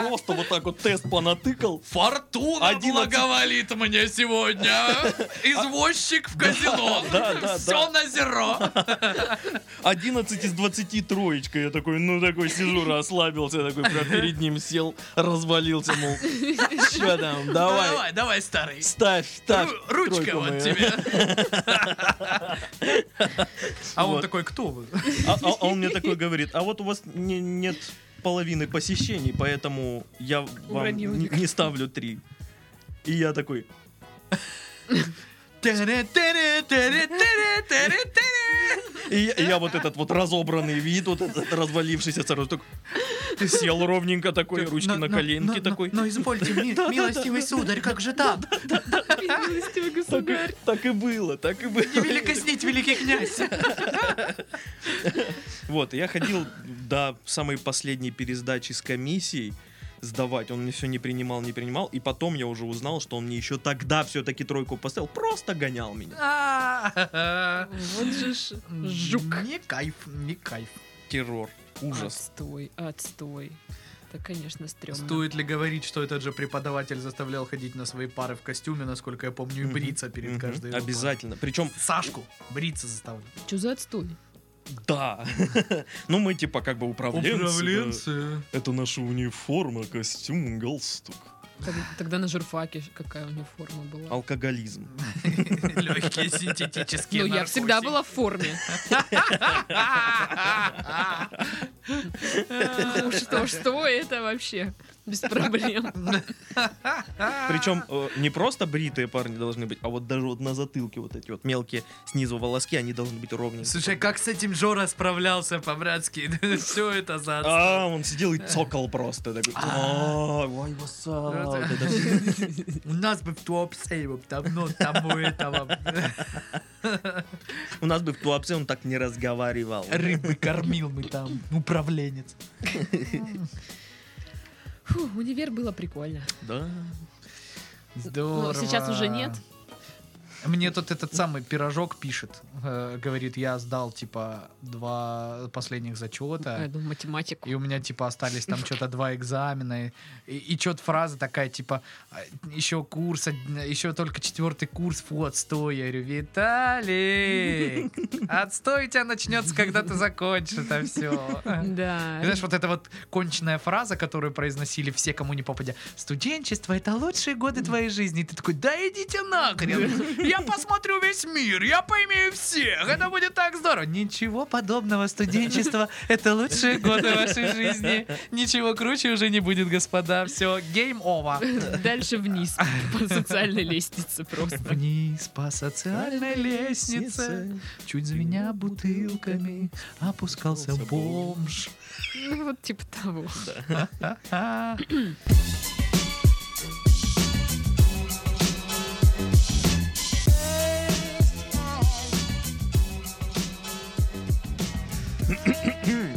S2: Просто вот так вот тест понатыкал.
S3: Фортуна
S2: Одиннадцать. А
S3: благоволит мне
S2: <laughs>
S3: сегодня. а? Извозчик в казино.
S2: да, да,
S3: Все на зеро.
S2: 11 из 20 троечка. Я такой, ну такой сижу, расслабился. Я такой прям перед ним сел, развалился, мол, что там, <laughs> давай.
S3: Давай, давай, старый.
S2: Ставь, ставь.
S3: Ру- Ручка
S2: тройку
S3: вот
S2: мою».
S3: тебе. А
S2: Вот.
S3: он такой, кто вы?
S2: А, а- а он мне такой говорит, а вот у вас не- нет половины посещений, поэтому я вам
S4: Уронил
S2: не,
S4: микрофон.
S2: не ставлю три. И я такой, и я, и я вот этот вот разобранный вид, вот этот развалившийся сразу такой, сел ровненько такой, ручки на, коленке такой.
S5: Но извольте, ми- милостивый сударь, как же так?
S2: Так и,
S4: Милостивый государь.
S2: так и было, так и было.
S5: Великоснить, великий князь.
S2: Вот, и я ходил до самой последней пересдачи с комиссией сдавать, он мне все не принимал, не принимал, и потом я уже узнал, что он мне еще тогда все-таки тройку поставил, просто гонял меня.
S3: А-а-а.
S4: Вот же ж жук.
S3: Не кайф, не кайф.
S2: Террор, ужас.
S4: Отстой, отстой. Это, конечно, стрёмно.
S3: Стоит ли говорить, что этот же преподаватель заставлял ходить на свои пары в костюме, насколько я помню, и
S2: Мгм,
S3: бриться перед
S2: Мгм.
S3: каждой. его парой?
S2: Обязательно. Причем,
S3: Сашку бриться заставлял.
S4: Чё за отстой?
S2: да. <laughs> ну, мы типа как бы управленцы. да.
S3: Управленцы.
S2: Это наша униформа, костюм, галстук.
S4: Тогда, тогда на журфаке какая униформа была.
S2: Алкоголизм.
S3: Легкие синтетические
S4: Ну, я всегда была в форме. Ну, Что, что это вообще? Без проблем.
S2: Причем э, не просто бритые парни должны быть, а вот даже вот на затылке вот эти вот мелкие снизу волоски, они должны быть
S3: <laughs>
S2: ровненькие.
S3: Слушай, как с этим Жора справлялся по-братски? <laughs> Все это за отстой.
S2: А, он сидел и цокал просто. Такой, «А, why was up?» Вот это всё.
S3: У нас бы в Туапсе вот давно там у этого <laughs>
S2: У нас бы в Туапсе он так не разговаривал.
S3: рыбы кормил мы там, управленец.
S4: Фу, универ было прикольно.
S2: Да.
S3: Здорово.
S4: Ну, сейчас уже нет.
S3: Мне тут этот самый пирожок пишет, э, говорит, я сдал типа два последних
S4: А, я
S3: зачета.
S4: думаю, математику.
S3: И у меня, типа, остались там что-то два экзамена. И, и что-то фраза такая, типа, еще курс, од- еще только четвертый курс, фу, отстой. Я говорю, Виталик, отстой у тебя начнется, когда ты закончишь это все.
S4: Да.
S3: Знаешь, вот эта вот конченная фраза, которую произносили все, кому не попадя. Студенчество — это лучшие годы твоей жизни. И ты такой, да идите нахрен. Я посмотрю весь мир, я поимею всех. Это будет так здорово. Ничего подобного. Студенчество — это лучшие годы вашей жизни. Ничего круче уже не будет, господа. Все, гейм over.
S4: <laughs> Дальше вниз по социальной лестнице просто.
S3: Вниз по социальной лестнице, чуть звеня бутылками, опускался бомж.
S4: Ну, вот типа того.
S3: Ха-ха.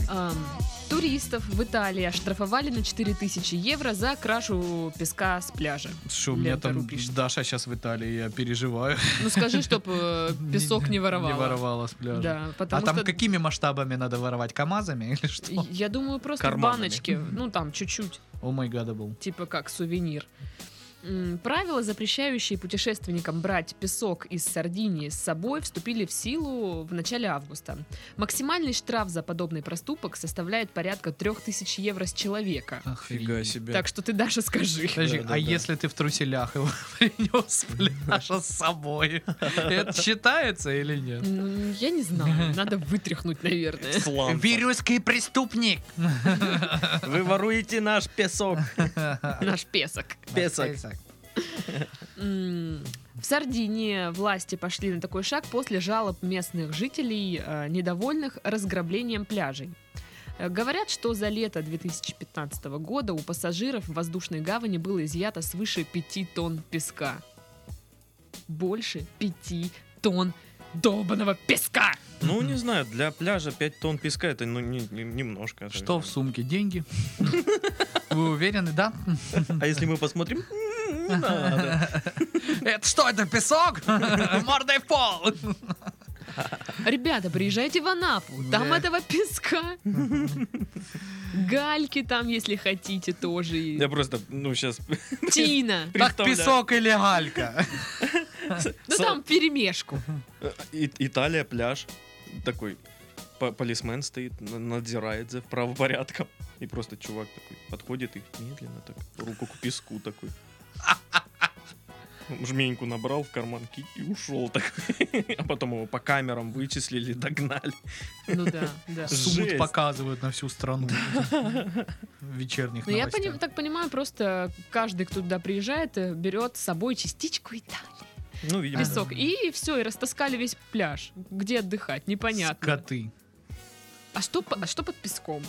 S4: Ам, Туристов в Италии оштрафовали на 4000 евро за крашу песка с пляжа.
S3: Что, у меня
S4: Лента
S3: там
S4: рубришь.
S3: Даша сейчас в Италии, я переживаю.
S4: Ну скажи, чтоб э, песок не воровал.
S3: Не воровала с пляжа.
S4: Да,
S3: А
S4: потому
S3: там
S4: что
S3: какими масштабами надо воровать? КАМАЗами или что?
S4: я думаю, просто в
S2: Карманами.
S4: баночке. Ну там чуть-чуть,
S3: О май был.
S4: типа как сувенир. М, Правила, запрещающие путешественникам брать песок из Сардинии с собой, вступили в силу в начале августа. Максимальный штраф за подобный проступок составляет порядка 3000 евро с человека.
S2: Фига себе. <laughs>
S4: Так что ты, Даша,
S3: <laughs>
S4: скажи.
S3: Подожди,
S2: Да, да,
S3: а
S2: да.
S3: если ты в труселях его <laughs> принес с пляжа с
S2: <laughs>
S3: собой, это считается или нет?
S4: Ну, я не знаю, надо вытряхнуть, наверное.
S2: Сланца.
S3: Вирусский
S2: <laughs>
S3: преступник!
S2: Вы воруете наш песок.
S4: Наш песок.
S2: Песок.
S4: М, В Сардинии власти пошли на такой шаг после жалоб местных жителей, э, недовольных разграблением пляжей. Э, Говорят, что за лето 2015 года у пассажиров в воздушной гавани было изъято свыше 5 тонн песка. Больше 5 тонн долбаного песка!
S2: Ну, не знаю, для пляжа 5 тонн песка это ну, не- не- немножко.
S3: Что в сумке? Деньги? <laughs> Вы уверены, да?
S2: А если мы посмотрим? М, Не надо.
S3: Это что, это
S2: <laughs>
S3: песок? Мордой в пол!
S4: Ребята, приезжайте в Анапу, там
S3: Да.
S4: этого песка. Гальки там, если хотите, тоже. и
S2: Я просто, ну, сейчас...
S4: Тина.
S3: Так
S2: представляю.
S3: песок или галька?
S4: Ну там перемешку.
S2: И- Италия, пляж. Такой по- полисмен стоит, на- надзирает за правопорядком. И просто чувак такой подходит и медленно так руку к песку такой. Жменьку набрал в карман ки- и ушел так. А потом его по камерам вычислили, догнали.
S4: Ну да, да.
S2: Жесть.
S3: Суд показывают на всю страну. В вечерних
S4: Ну, я
S3: новостях.
S4: поним- так понимаю, просто каждый, кто туда приезжает, э, берет с собой частичку Италии.
S2: Ну, видимо.
S4: Песок. И все, и растаскали весь пляж. Где отдыхать, непонятно.
S3: Скоты.
S4: А, что, по- а что под песком?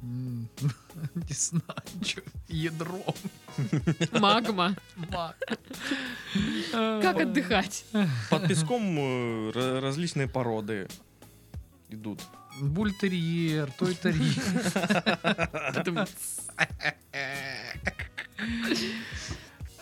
S3: М, <laughs> Не знаю, что. Ядро.
S4: Магма.
S3: Ма.
S4: Как отдыхать?
S2: Под песком э, ра- различные породы идут.
S3: Бультерьер, тойтерьер.
S4: <laughs>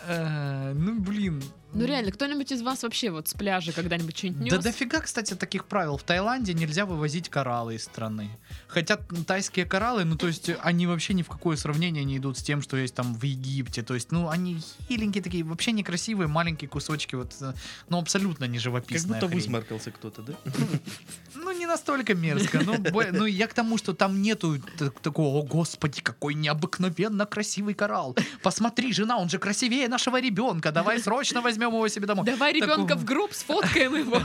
S3: Э, Ну, блин.
S4: Ну реально, кто-нибудь из вас вообще вот с пляжа когда-нибудь что-нибудь нес?
S3: Да дофига, кстати, таких правил. В Таиланде нельзя вывозить кораллы из страны. Хотя м, тайские кораллы, ну то есть э, они вообще ни в какое сравнение не идут с тем, что есть там в Египте. То есть, ну они хиленькие такие, вообще некрасивые, маленькие кусочки, вот, э, ну абсолютно не
S2: Как
S3: живописная
S2: будто
S3: хрень.
S2: высморкался кто-то, да?
S3: Ну, не настолько мерзко. Ну,
S2: <laughs>
S3: бо- ну, я к тому, что там нету т- такого, о, господи, какой необыкновенно красивый коралл. Посмотри, жена, он же красивее нашего ребенка. Давай срочно возьмем его себе домой.
S4: Давай
S3: Такого-
S4: ребенка в гроб,
S3: <laughs>
S4: сфоткаем его.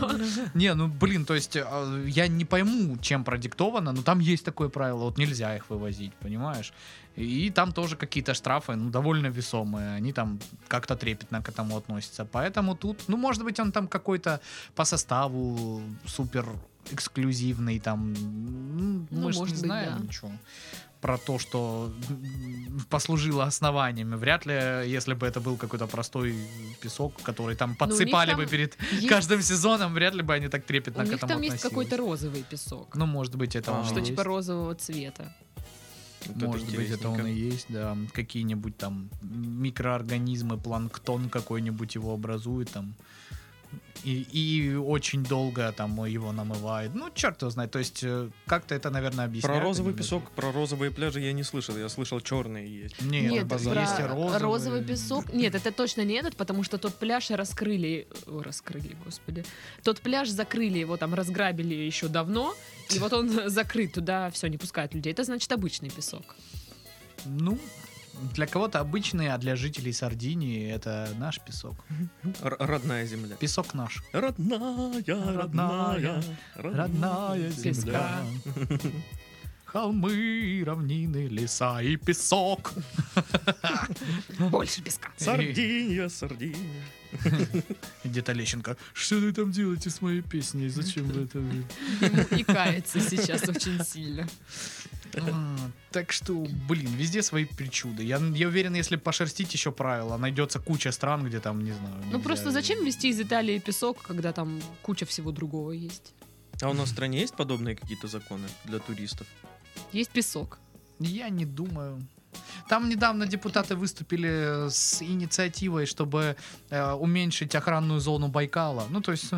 S3: Не, ну, блин, то есть э, я не пойму, чем продиктовано, но там есть такое правило, вот нельзя их вывозить, понимаешь? И там тоже какие-то штрафы, ну, довольно весомые, они там как-то трепетно к этому относятся. Поэтому тут, ну, может быть, он там какой-то по составу супер эксклюзивный там. Ну,
S4: Ну,
S3: мы же
S4: может
S3: не
S4: быть,
S3: знаем
S4: да.
S3: ничего про то, что м, послужило основаниями. Вряд ли, если бы это был какой-то простой песок, который там
S4: Ну, у них
S3: подсыпали
S4: там
S3: бы перед
S4: Есть-
S3: каждым сезоном, вряд ли бы они так трепетно
S4: У
S3: к
S4: них
S3: этому
S4: там есть
S3: относились.
S4: какой-то розовый песок.
S3: Ну, может быть, это он
S2: А,
S3: и
S4: Что
S3: есть.
S4: типа розового цвета.
S2: Вот это
S3: Может быть, это он и
S2: интересненько.
S3: есть, да. Какие-нибудь там микроорганизмы, планктон какой-нибудь его образует там. И, и очень долго там его намывает. Ну, черт его знает. То есть, э, как-то это, наверное, объясняет.
S2: Про розовый песок, про розовые пляжи я не слышал. Я слышал, черные есть.
S3: Нет,
S4: Нет,
S3: базар.
S4: про
S3: есть и розовый.
S4: песок. Нет, это точно не этот, потому что тот пляж раскрыли. о, раскрыли, господи. Тот пляж закрыли, его там разграбили еще давно. И вот он <laughs> закрыт, туда все, не пускают людей. Это значит обычный песок.
S3: Ну, для кого-то обычный, а для жителей Сардинии это наш песок.
S2: Р- родная земля.
S3: Песок наш.
S2: Родная, родная,
S3: Родная земля.
S4: Песка.
S3: Холмы, равнины, леса и песок.
S4: Больше песка.
S2: Сардиния, Сардиния.
S3: Где-то Лещенко. Что вы там делаете с моей песней? Зачем вы это?
S4: Ему и кается сейчас очень сильно.
S3: А, Так что, блин, везде свои причуды. Я, я уверен, если пошерстить еще правила, найдется куча стран, где там, не знаю.
S4: Ну
S3: нельзя-
S4: просто зачем везти из Италии песок, когда там куча всего другого есть?
S2: А у нас в стране есть подобные какие-то законы для туристов?
S4: Есть песок.
S3: Я не думаю. Там недавно депутаты выступили с инициативой, чтобы э, уменьшить охранную зону Байкала. Ну, то есть,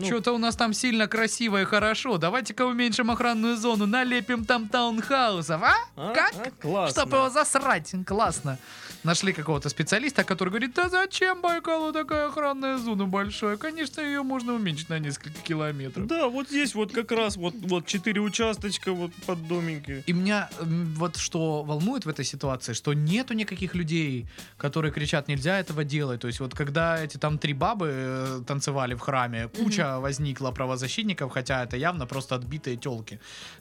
S2: Ну,
S3: что-то у нас там сильно красиво и хорошо. Давайте-ка уменьшим охранную зону, налепим там таунхаусов, а?
S2: а,
S3: как?
S2: а, классно.
S3: Чтобы его засрать. Классно. Нашли какого-то специалиста, который говорит, да зачем Байкалу такая охранная зона большая? Конечно, ее можно уменьшить на несколько километров.
S2: Да, вот здесь вот как раз вот вот четыре участочка вот под домики.
S3: И меня м, вот что волнует в этой ситуации, что нету никаких людей, которые кричат, нельзя этого делать. То есть вот когда эти там три бабы э, танцевали в храме, куча возникла правозащитников, хотя это явно просто отбитые телки.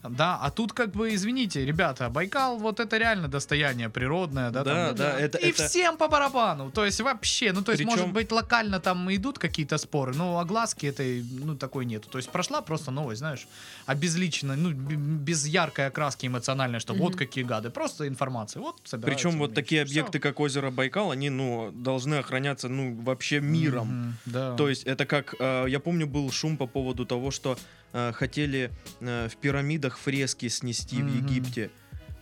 S3: Да, а тут как бы, извините, ребята, Байкал вот это реально достояние природное, да?
S2: Да,
S3: там,
S2: да, это
S3: И
S2: это-
S3: всем по барабану. То есть вообще, ну то есть,
S2: Причем-
S3: может быть, локально там идут какие-то споры, но огласки этой, ну, такой нету. То есть прошла просто новость, знаешь, обезлично, ну, б- без яркой окраски эмоциональной, что вот
S4: Мгм.
S3: какие гады. Просто информация. Вот собираются
S2: Причем вот
S3: вместе.
S2: такие
S3: Всё.
S2: объекты, как озеро Байкал, они ну должны охраняться ну вообще миром.
S3: Мгм, да.
S2: То есть это как, э, я помню, был шум по поводу того, что э, хотели э, в пирамидах фрески снести в
S3: Мгм.
S2: Египте.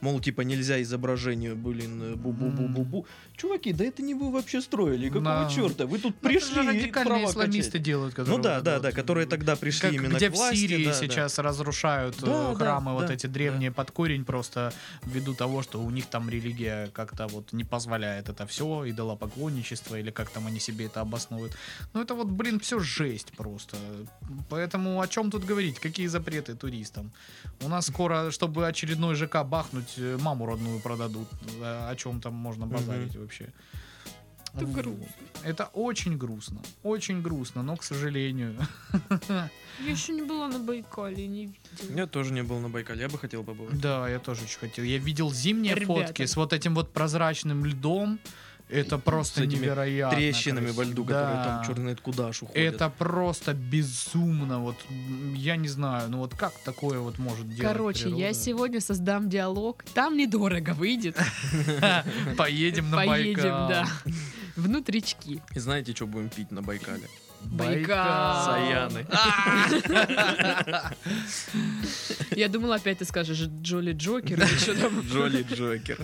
S2: Мол, типа, нельзя изображению, блин, э, бу-бу-бу-бу-бу. Чуваки, да это не вы вообще строили, какого
S3: Да.
S2: черта? Вы тут
S3: Ну, это же
S2: пришли и
S3: радикальные
S2: права
S3: исламисты
S2: качать.
S3: делают, которые
S2: Ну да,
S3: вот
S2: да,
S3: вот,
S2: да, которые тогда пришли
S3: как-
S2: именно
S3: где
S2: к
S3: в
S2: власти,
S3: Сирии
S2: да, да.
S3: сейчас разрушают э,
S2: Да, да,
S3: храмы вот
S2: да,
S3: эти древние под корень просто ввиду того, что у них там религия как-то вот не позволяет это все, идолопоклонничество или как там они себе это обосновывают. Ну это вот, блин, все жесть просто. Поэтому о чем тут говорить? Какие запреты туристам? У нас скоро, чтобы очередной ЖК бахнуть, э, маму родную продадут. Э, О чем там можно базарить вообще?
S4: Это
S3: Вот.
S4: грустно.
S3: Это очень грустно. Очень грустно, но, к сожалению. <laughs>
S4: Я еще не была на Байкале, не видела.
S2: Я тоже не был на Байкале, я бы хотел побывать.
S3: Да, я тоже очень хотел. Я видел зимние
S4: Ребята.
S3: фотки с вот этим вот прозрачным льдом. Это просто
S2: этими
S3: невероятно.
S2: Трещинами во
S3: красиво.
S2: льду, которые
S3: Да.
S2: там черные откуда аж уходят.
S3: Это просто безумно. Вот м, я не знаю, ну вот как такое вот может делать.
S4: Короче, я
S3: природа?
S4: сегодня создам диалог. Там недорого выйдет.
S3: <laughs> Поедем на
S4: Поедем,
S3: Байкал.
S4: да. <laughs> Внутрички.
S2: И знаете, что будем пить на Байкале?
S3: А.
S4: Байкал.
S2: Саяны.
S4: Я думала, опять ты скажешь Джоли Джокер или что там.
S2: Джоли Джокер.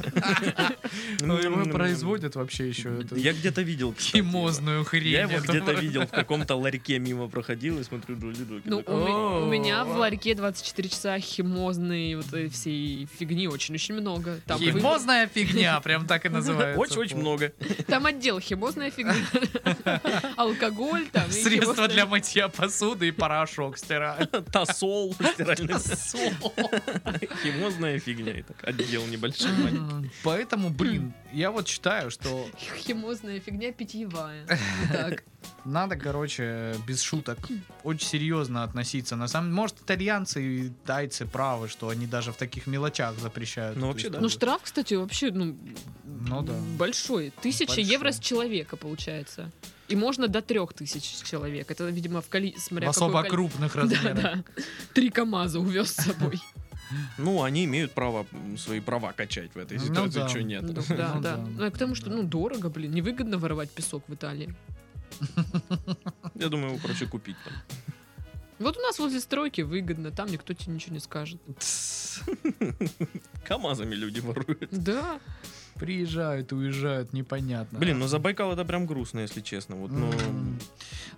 S3: Ну, его производят вообще еще эту
S2: Я где-то видел, кстати, его.
S3: химозную хрень.
S2: Я его
S3: эту. <laughs>
S2: где-то видел, в каком-то ларьке мимо проходил и смотрю Джоли Джокер.
S4: Ну, у,
S2: такой,
S4: ме- у меня в ларьке 24 часа химозные вот этой всей фигни очень-очень много. Там, вы-
S3: Химозная фигня, прям
S4: <laughs>
S3: так и называется.
S2: Очень-очень много.
S4: там отдел
S3: <laughs>
S4: химозная фигня. Алкоголь там. и
S3: Средства
S4: химозная-
S3: для мытья посуды и порошок стирать. <laughs>
S2: Тосол, стиральный Химозная фигня. это Отдел небольшой. маленький.
S3: Поэтому,
S4: Хм.
S3: блин, я вот считаю, что
S4: Химозная
S3: <laughs>
S4: фигня питьевая. Так.
S3: надо, короче, без шуток,
S4: Хм.
S3: очень серьезно относиться. На самом может, итальянцы и тайцы правы, что они даже в таких мелочах запрещают.
S2: Ну,
S3: эту
S2: вообще, да.
S3: историю.
S4: Ну, штраф, кстати, вообще, ну,
S3: Ну да.
S4: большой. Тысяча
S3: Большой.
S4: евро с человека, получается. И можно до трех тысяч с человек. Это, видимо, в коли...
S3: В
S4: смотря
S3: особо
S4: какое коли-
S3: крупных размерах.
S4: <laughs> Да, да. Три КАМАЗа увез с
S3: <laughs>
S4: собой.
S2: Ну, они имеют право м, свои права качать в этой
S3: Ну
S2: ситуации.
S3: да.
S2: Чего нет?
S4: Ну, Да,
S3: Ну
S4: да.
S3: да.
S4: Ну, а к тому, что, ну, дорого, блин, невыгодно воровать песок в Италии.
S2: Я думаю, его проще купить там.
S4: Вот у нас возле стройки выгодно, там никто тебе ничего не скажет.
S2: КАМАЗами люди воруют.
S4: Да.
S3: Приезжают, уезжают, непонятно.
S2: Блин, ну за Байкал это прям грустно, если честно. Вот, ну,
S3: М.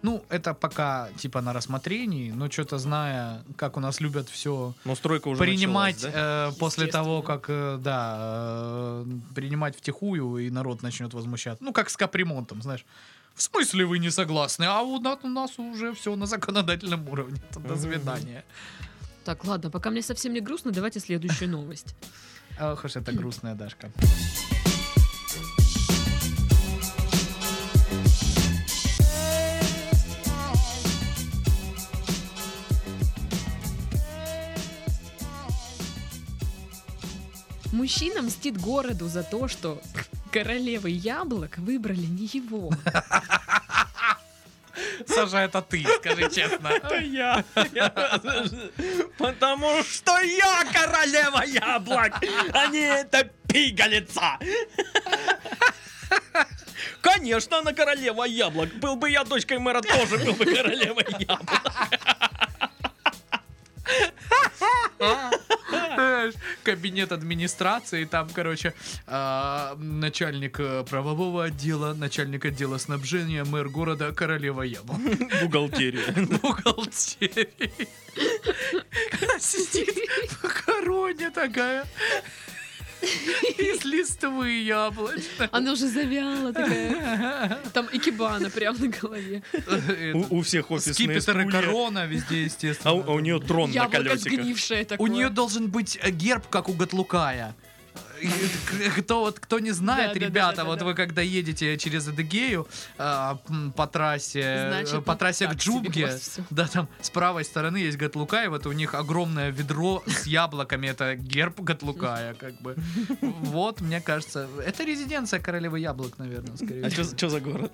S3: Ну, это пока типа на рассмотрении, но что-то зная, как у нас любят все
S2: но стройка уже
S3: принимать
S2: началась, да?
S3: э, после того,
S4: Естественно.
S3: как, э, да, э, принимать втихую, и народ начнет возмущаться. Ну, как с капремонтом, знаешь. В смысле вы не согласны? А у нас, у нас уже все на законодательном уровне. Это До
S2: Мгм.
S3: свидания.
S4: Так, ладно, пока мне совсем не грустно, давайте следующую новость.
S3: Ох уж А, это грустная Дашка.
S4: Мужчина мстит городу за то, что королевы яблок выбрали не его.
S3: Саша, это ты, скажи честно.
S2: Это я. <laughs> Потому что я королева яблок, а не эта пигалица. <laughs> Конечно, она королева яблок. Был бы я дочкой мэра, тоже был бы королевой яблок.
S3: <laughs> Знаешь, Кабинет администрации, там, короче, а, начальник э, правового отдела, начальник отдела снабжения, мэр города, королева <laughs> яблок.
S2: Бухгалтерия.
S3: бухгалтерии. Она сидит в короне такая. Из листвы яблочной.
S4: <laughs> Она уже завяла такая. Там икебана прям на голове.
S2: У у всех офисные
S3: Скипетр и
S2: стулья.
S3: корона везде,
S2: А
S3: естественно.
S2: у, а у нее трон на
S4: Яблоко
S2: колесиках.
S4: сгнившее
S3: У
S4: такое.
S3: нее должен быть э, герб, как у Гатлукая. И к- Кто, вот, кто не знает,
S4: Да, да, да,
S3: ребята,
S4: да, да,
S3: вот
S4: да.
S3: вы когда едете через Адыгею а, м, по трассе,
S4: Значит,
S3: э, по
S4: ну,
S3: трассе
S4: так
S3: к
S4: себе
S3: Джубге,
S4: у вас всё.
S3: да, там с правой стороны есть Гатлукай, вот у них огромное ведро с <laughs> яблоками, это герб Гатлукая, как бы. Вот, мне кажется, это резиденция королевы яблок, наверное, скорее
S2: А
S3: всего.
S2: что за город?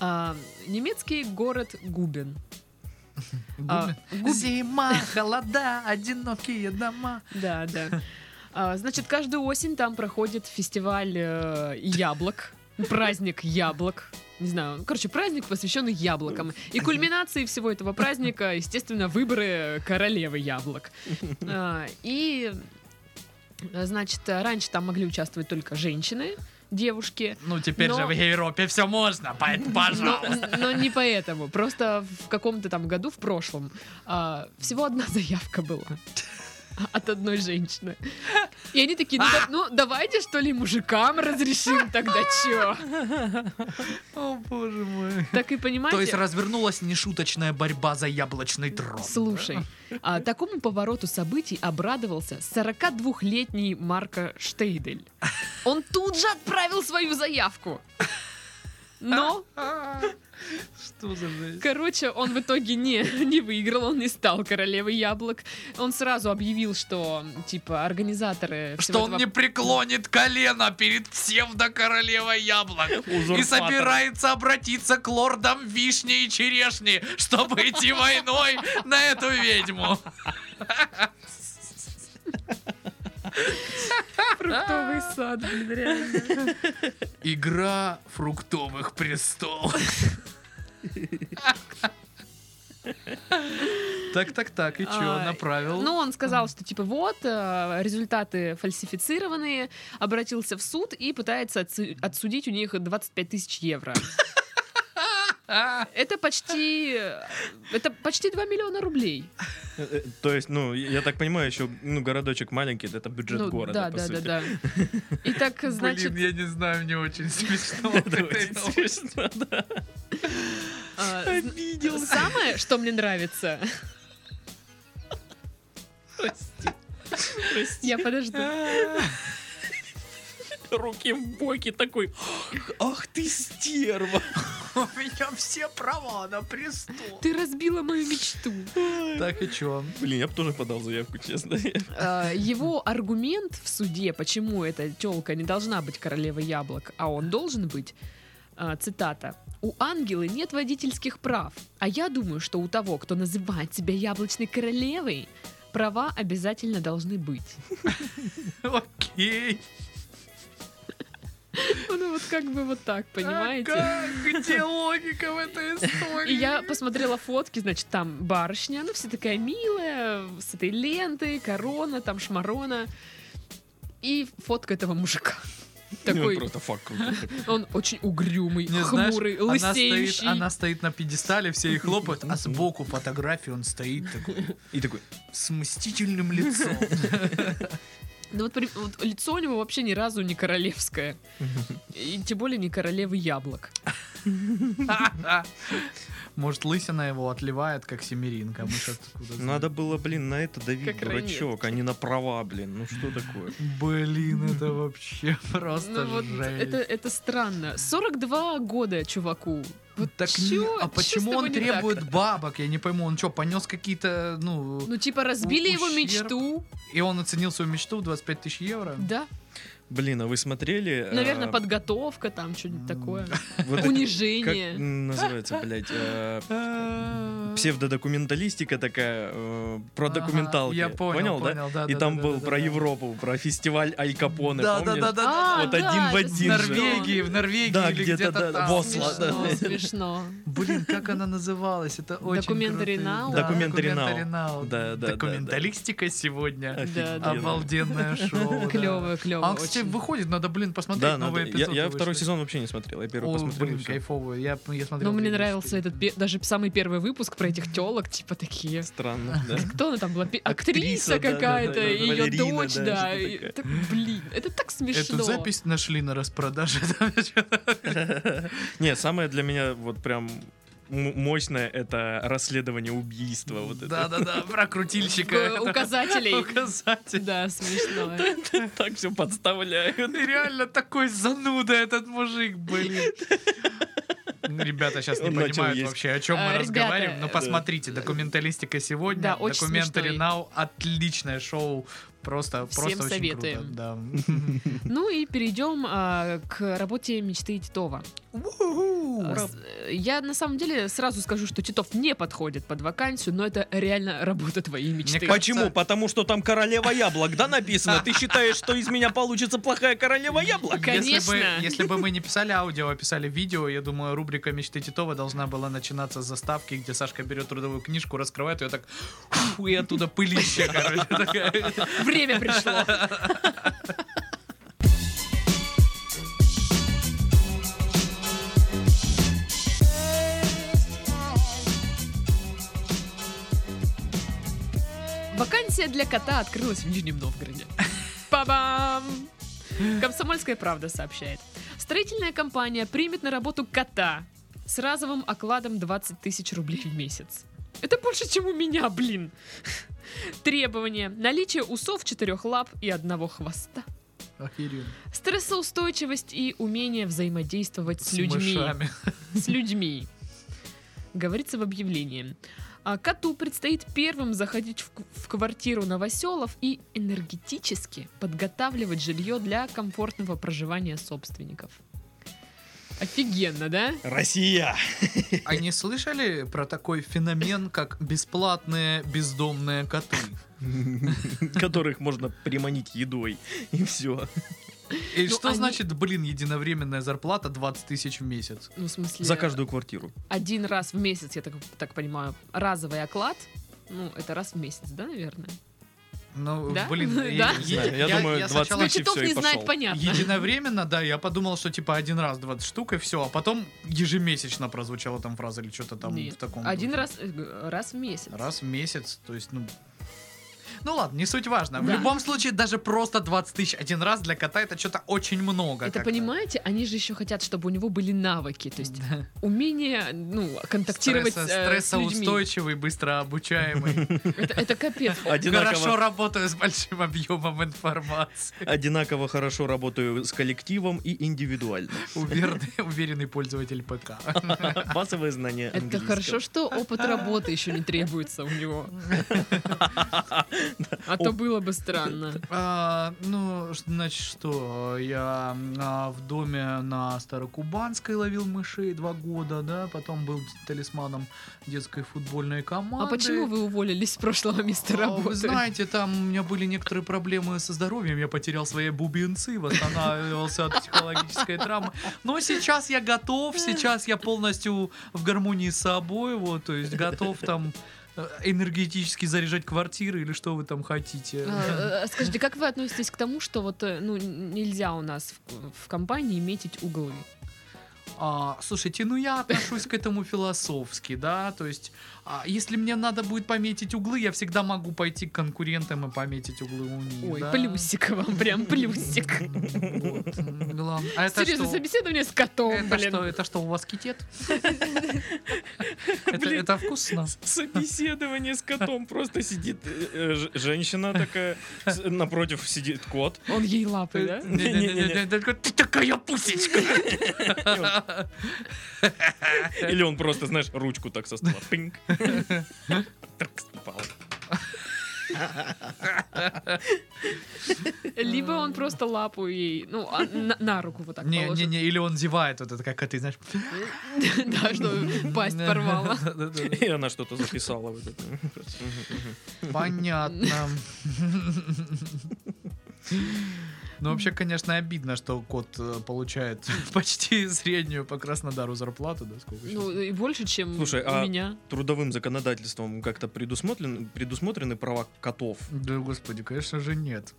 S4: А, Немецкий город Губин. А,
S3: Губин.
S4: Губин.
S3: Зима, холода, одинокие дома.
S4: Да, да. <laughs> А, Значит, каждую осень там проходит фестиваль э, яблок, праздник яблок. Не знаю, ну, короче, праздник, посвященный яблокам. И кульминацией всего этого праздника, естественно, выборы королевы яблок. А, И Э, Значит, э, раньше там могли участвовать только женщины, девушки.
S3: Ну, теперь
S4: Но-
S3: же в Европе все можно, поэтому, <laughs>
S4: Но,
S3: пожалуйста.
S4: но не поэтому. Просто в каком-то там году, в прошлом, а, всего одна заявка была <laughs> от одной женщины. И они такие, ну,
S3: А!
S4: да- ну давайте что ли мужикам разрешим тогда чё?
S3: О, боже мой.
S4: Так и
S3: То есть
S4: понимаете?
S3: развернулась нешуточная борьба за яблочный трон.
S4: Слушай, а, такому повороту событий обрадовался 42-летний Марко Штейдель. Он тут же отправил свою заявку. Но
S3: А, Что за жесть?
S4: Короче, он в итоге не, <laughs> не выиграл, он не стал королевой яблок. Он сразу объявил, что, типа, организаторы... всего
S3: Что он
S4: этого-
S3: не преклонит колено перед псевдокоролевой яблок и
S2: Узурпатор.
S3: собирается обратиться к лордам вишни и черешни, чтобы идти войной на эту ведьму. <laughs>
S4: Фруктовый сад, блин, реально.
S3: Игра фруктовых престолов. Так, так, так, и чё,
S4: А,
S3: направил?
S4: Ну, он сказал, что, типа, вот, э, результаты фальсифицированные, обратился в суд и пытается отсу- отсудить у них 25 тысяч
S3: <laughs>
S4: евро. Это почти... э, Это почти 2 миллиона рублей.
S2: Э, э, То есть, ну, я так понимаю, еще ну, городочек маленький, это бюджет
S4: Ну,
S2: города, по
S4: да, да,
S2: сути. <laughs>
S3: <laughs>
S4: да, да. И так, значит...
S3: Блин, я не знаю, мне очень
S4: <laughs>
S3: смешно. от
S2: Это
S3: этой
S2: очень <laughs> смешно, да.
S4: а, зн- Самое, что мне нравится... Я подожду.
S2: Руки в боки такой. Ах ты стерва.
S3: У меня все права на А престол.
S4: Ты разбила мою мечту.
S3: Так и чё?
S2: Блин, я бы тоже подал заявку, честно.
S4: А, Его аргумент в суде, почему эта телка не должна быть королевой яблок, а он должен быть, а, цитата, «У ангелы нет водительских прав, а я думаю, что у того, кто называет себя яблочной королевой, права обязательно должны быть».
S3: Окей.
S4: Ну вот как бы вот так, понимаете?
S3: А как? Где логика в этой истории?
S4: И я посмотрела фотки, значит, там барышня, ну, все такая милая, с этой лентой, корона, там шмарона. И фотка
S3: <laughs>
S4: этого мужика.
S2: Ну,
S4: Такой,
S2: Просто факт крутой.
S4: он очень угрюмый,
S3: Не, знаешь,
S4: хмурый,
S3: она стоит,
S4: лысеющий.
S3: она стоит на пьедестале, все ей хлопают, а сбоку фотографии он стоит такой
S2: И такой,
S3: с мстительным лицом. <laughs>
S4: Ну вот, при- вот лицо у него вообще ни разу
S3: <laughs>
S4: не королевское. И тем более не королевы яблок.
S3: Может, лысина его отливает, как семеринка. а Мы сейчас откуда знаем.
S2: надо было, блин, на это давить,
S4: Как
S2: дурачок, а не на права, блин. Ну что такое?
S3: Блин, это вообще <laughs>
S4: Ну
S3: просто
S4: вот это,
S3: жесть.
S4: это странно. 42 года чуваку. Вот
S3: Так
S4: чё-
S3: не- а
S4: чё с
S3: почему он
S4: тобой не так?
S3: требует бабок? Я не пойму, он что, понес какие-то, ну...
S4: Ну типа разбили его
S3: ущерб?
S4: мечту.
S3: И он оценил свою мечту в 25 тысяч евро?
S4: Да.
S2: Блин, а вы смотрели...
S4: Наверное,
S2: а,
S4: подготовка там, что-нибудь
S3: м, <laughs>
S4: такое.
S2: вот эти- Как
S4: Унижение.
S2: называется, блядь, э,
S3: <laughs> А,
S2: псевдодокументалистика такая, э, про
S3: ага,
S2: документалки.
S3: Я понял,
S2: да?
S3: понял, да.
S2: И
S3: да,
S2: там
S3: да,
S2: был
S3: да,
S2: про
S3: да, да.
S2: Европу, про фестиваль Аль Капоне,
S3: Да, да,
S2: помнишь?
S3: да, да, да.
S4: А,
S2: Вот один в
S4: это
S2: один
S3: В
S2: же.
S3: Норвегии, в Норвегии
S2: Да,
S3: или
S2: где-то,
S3: где-то,
S2: да,
S3: там.
S2: в Осло, да.
S4: Смешно, смешно.
S3: Блин, как она называлась? Это очень
S4: Документари
S3: крутые-
S4: Нау?
S3: Да,
S2: Документари Нау.
S3: Документари Нау.
S2: Да, да, да, да.
S3: Документалистика сегодня.
S4: Да,
S2: <laughs>
S4: да.
S3: Обалденное шоу.
S4: Клево, клево.
S3: А он, кстати, выходит, надо, блин, посмотреть
S2: Да, надо.
S3: новые
S2: Я,
S3: эпизоды.
S2: я второй
S3: вышли.
S2: сезон вообще не смотрел, я первый
S3: О,
S2: посмотрел. и
S3: блин,
S2: всё.
S3: кайфовый. Я, я смотрел.
S4: Но Ну, мне
S3: три,
S4: нравился
S3: четыре.
S4: этот, пе- даже самый первый выпуск про этих телок, типа такие.
S2: Странно, да.
S4: Кто она там была? Пи-
S2: Актриса, да,
S4: Актриса
S2: да,
S4: какая-то,
S2: да,
S4: ее
S2: балерина,
S4: дочь,
S2: да,
S4: да.
S2: что-то
S4: И
S2: такое.
S4: так, Блин, это так смешно.
S3: Эту запись нашли на распродаже.
S2: Не, самое для меня вот прям м- мощное это расследование убийства. Вот
S3: Да, да,
S2: это.
S3: да, про крутильщика.
S4: Э,
S2: <laughs>
S4: Указателей.
S3: Указатель.
S4: Да, смешно.
S2: Так все подставляют.
S3: Ты реально такой зануда этот мужик, блин. Ну, Ребята сейчас не
S2: Он начал
S3: понимают
S2: есть.
S3: вообще, о чем
S4: А,
S3: мы
S4: ребята,
S3: разговариваем, но
S4: да.
S3: посмотрите, документалистика сегодня,
S4: Да, очень
S3: документари
S4: смешной.
S3: Now, отличное шоу, просто,
S4: Всем
S3: просто очень
S4: советуем.
S3: круто. Да.
S4: Ну и перейдем а, к работе мечты Титова.
S3: Уху!
S4: С- э, Я на самом деле сразу скажу, что Титов не подходит под вакансию, но это реально работа твоей мечты.
S3: Мне кажется-
S2: Почему? Потому что там королева яблок, да, написано?
S4: <laughs>
S2: Ты считаешь, что из меня получится плохая королева яблок?
S3: Если бы,
S4: Конечно.
S3: если бы мы не писали аудио, а писали видео, я думаю, рубрика «Мечты Титова» должна была начинаться с заставки, где Сашка берет трудовую книжку, раскрывает ее так, фу, и оттуда пылища, короче, такая.
S4: В время пришло. Вакансия для кота открылась в Нижнем Новгороде. Па-бам! Комсомольская правда сообщает. Строительная компания примет на работу кота с разовым окладом 20 тысяч рублей в месяц. Это больше, чем у меня, блин. Требования. Наличие усов, четырех лап и одного хвоста.
S3: Охеренно.
S4: Стрессоустойчивость и умение взаимодействовать с, людьми.
S3: мышами.
S4: С людьми. Говорится в объявлении. А коту предстоит первым заходить в, к- в квартиру новоселов и энергетически подготавливать жилье для комфортного проживания собственников. Офигенно, да? <laughs>
S2: Россия!
S3: А не слышали про такой феномен, как бесплатные бездомные коты?
S2: Которых можно приманить едой. И все.
S3: И
S4: Ну,
S3: что
S4: они-
S3: значит, блин, единовременная зарплата 20 тысяч в месяц?
S4: Ну, в смысле,
S2: За каждую квартиру.
S4: один раз в месяц, я так, так понимаю, разовый оклад. Ну, это раз в месяц, да, наверное?
S3: Ну,
S4: Да?
S3: блин,
S4: <laughs> Да?
S3: я-
S4: Не
S2: знаю, я думаю, 20
S3: сначала
S2: Короче, тысяч.
S4: Читов
S2: всё, и
S4: не знает,
S2: пошёл.
S4: понятно.
S3: Единовременно, да, я подумал, что типа один раз 20 штук и все, а потом ежемесячно прозвучала там фраза или что-то там
S4: Нет.
S3: в таком.
S4: Один
S3: духе.
S4: раз, э, г- раз в месяц.
S3: Раз в месяц, то есть, ну... Ну ладно, не суть важно. В
S4: Да.
S3: любом случае, даже просто 20 тысяч один раз для кота это что-то очень много.
S4: Это
S3: как-то.
S4: понимаете, они же еще хотят, чтобы у него были навыки, то есть
S3: Да.
S4: умение, ну, контактировать
S3: Стресса-
S4: э, с людьми.
S3: стрессоустойчивый, быстро
S4: <laughs>
S3: обучаемый.
S4: Это,
S3: <laughs>
S4: это капец.
S3: Хорошо
S2: Одинаково,
S3: работаю с большим объемом информации.
S2: одинаково хорошо работаю с коллективом и
S4: <laughs>
S2: индивидуально.
S3: Уверенный, уверенный пользователь ПК.
S2: Базовые знания
S4: Это
S2: английского.
S4: хорошо, что опыт работы еще не требуется у
S3: <laughs>
S4: него. А то было бы странно.
S3: А, ну, ш- значит, что я а, в доме на Старокубанской ловил мышей два года, да, потом был талисманом детской футбольной команды.
S4: А почему вы уволились с прошлого места
S3: А, Вы
S4: работы?
S3: знаете, там у меня были некоторые проблемы со здоровьем, я потерял свои бубенцы, восстанавливался от психологической травмы. Но сейчас я готов, сейчас я полностью в гармонии с собой, вот, то есть готов там э, энергетически заряжать квартиры или что вы там хотите.
S4: А, э, Скажите, как вы относитесь к тому, что вот э, ну н- нельзя у нас в- в компании метить углы?
S3: А, слушайте, ну я отношусь к этому философски, да, то есть, а, если мне надо будет пометить углы, я всегда могу пойти к конкурентам и пометить углы у них.
S4: Ой,
S3: да.
S4: плюсик вам, прям плюсик.
S3: Вот, м, главное. А это
S4: Серьезно,
S3: что?
S4: собеседование с котом,
S3: Это
S4: блин.
S3: что, это что, у вас китет?
S4: <laughs>
S3: Это это вкусно.
S2: С- Собеседование с котом. Просто сидит э, э, ж- женщина такая, с- напротив сидит кот.
S4: Он ей лапы, да?
S2: Не-не-не-не.
S3: Ты такая пусечка!
S2: Или он просто, знаешь, ручку так со стола. Пинг. Тркс, упала.
S4: Либо он просто лапу ей, ну, а, на, на руку вот так
S3: Не, не,
S4: положит.
S3: не, или он зевает, вот это как ты знаешь.
S4: <laughs> Да, что пасть
S3: <laughs>
S4: порвала.
S3: Да-да-да.
S2: И она что-то записала. в этот.
S3: Понятно. Ну, вообще, конечно, обидно, что кот э, получает <laughs> почти среднюю по Краснодару зарплату, да, сколько
S4: Ну,
S3: сейчас?
S4: и больше, чем
S2: Слушай,
S4: у
S2: а-
S4: меня.
S2: Трудовым законодательством как-то предусмотрен, предусмотрены права котов.
S3: Да, господи, конечно же,
S4: <laughs>
S3: нет.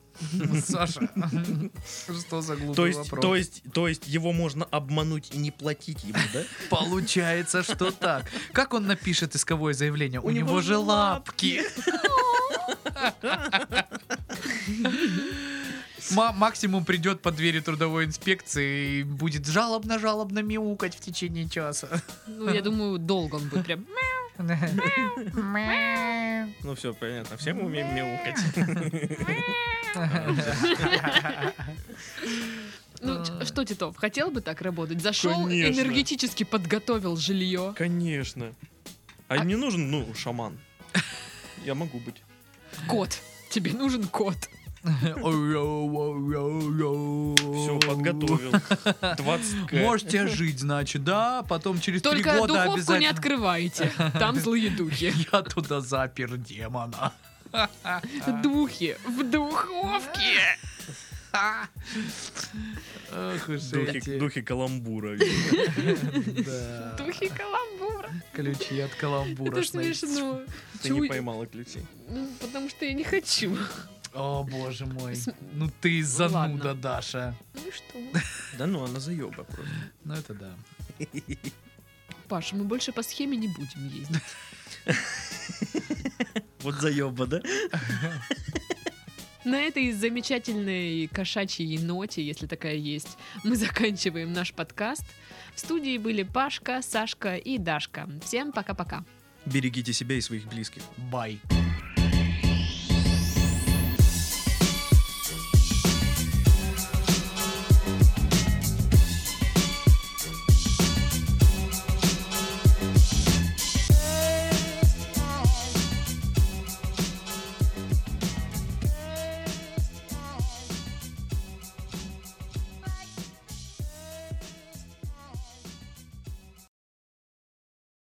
S3: Саша, <laughs> что за глупый
S2: То есть,
S3: вопрос?
S2: то, есть, то есть его можно обмануть и не платить ему, да?
S3: Получается, что так. Как он напишет исковое заявление? У, него, же лапки. Ма- максимум придет под двери трудовой инспекции и будет жалобно-жалобно мяукать в течение часа.
S4: Ну, я думаю, долго он будет прям.
S2: Ну все, понятно. Все мы умеем мяукать.
S3: А.
S4: Ну, ч- что, Титов, хотел бы так работать? Зашел,
S2: Конечно.
S4: энергетически подготовил жилье.
S2: Конечно. А мне нужен, ну, шаман. Я могу быть.
S4: Кот. Тебе нужен кот.
S2: Все,
S3: Все,
S2: <laughs> подготовил. 20
S3: Можете жить, значит, да? Потом через три
S4: Только
S3: года
S4: духовку не
S3: обязательно...
S4: открывайте. Там злые
S3: <laughs>
S4: духи.
S3: Я туда запер демона. А.
S4: Духи в духовке.
S3: Ах уж
S2: духи,
S3: эти,
S2: духи каламбура.
S3: да.
S4: Духи каламбура.
S3: Ключи от каламбура.
S4: Это ж
S3: шнай.
S4: смешно.
S2: Ты не
S4: Чую-
S2: поймала ключи.
S4: Ну, потому что я не хочу.
S3: О, боже мой.
S4: С-
S3: Ну ты зануда,
S4: ладно.
S3: Даша.
S4: Ну и что?
S2: Да ну, она заеба просто.
S3: Ну это да.
S4: Паша, мы больше по схеме не будем ездить.
S2: Вот заеба, да?
S4: На этой замечательной кошачьей ноте, если такая есть, мы заканчиваем наш подкаст. В студии были Пашка, Сашка и Дашка. Всем пока-пока.
S2: Берегите себя и своих близких.
S3: Бай.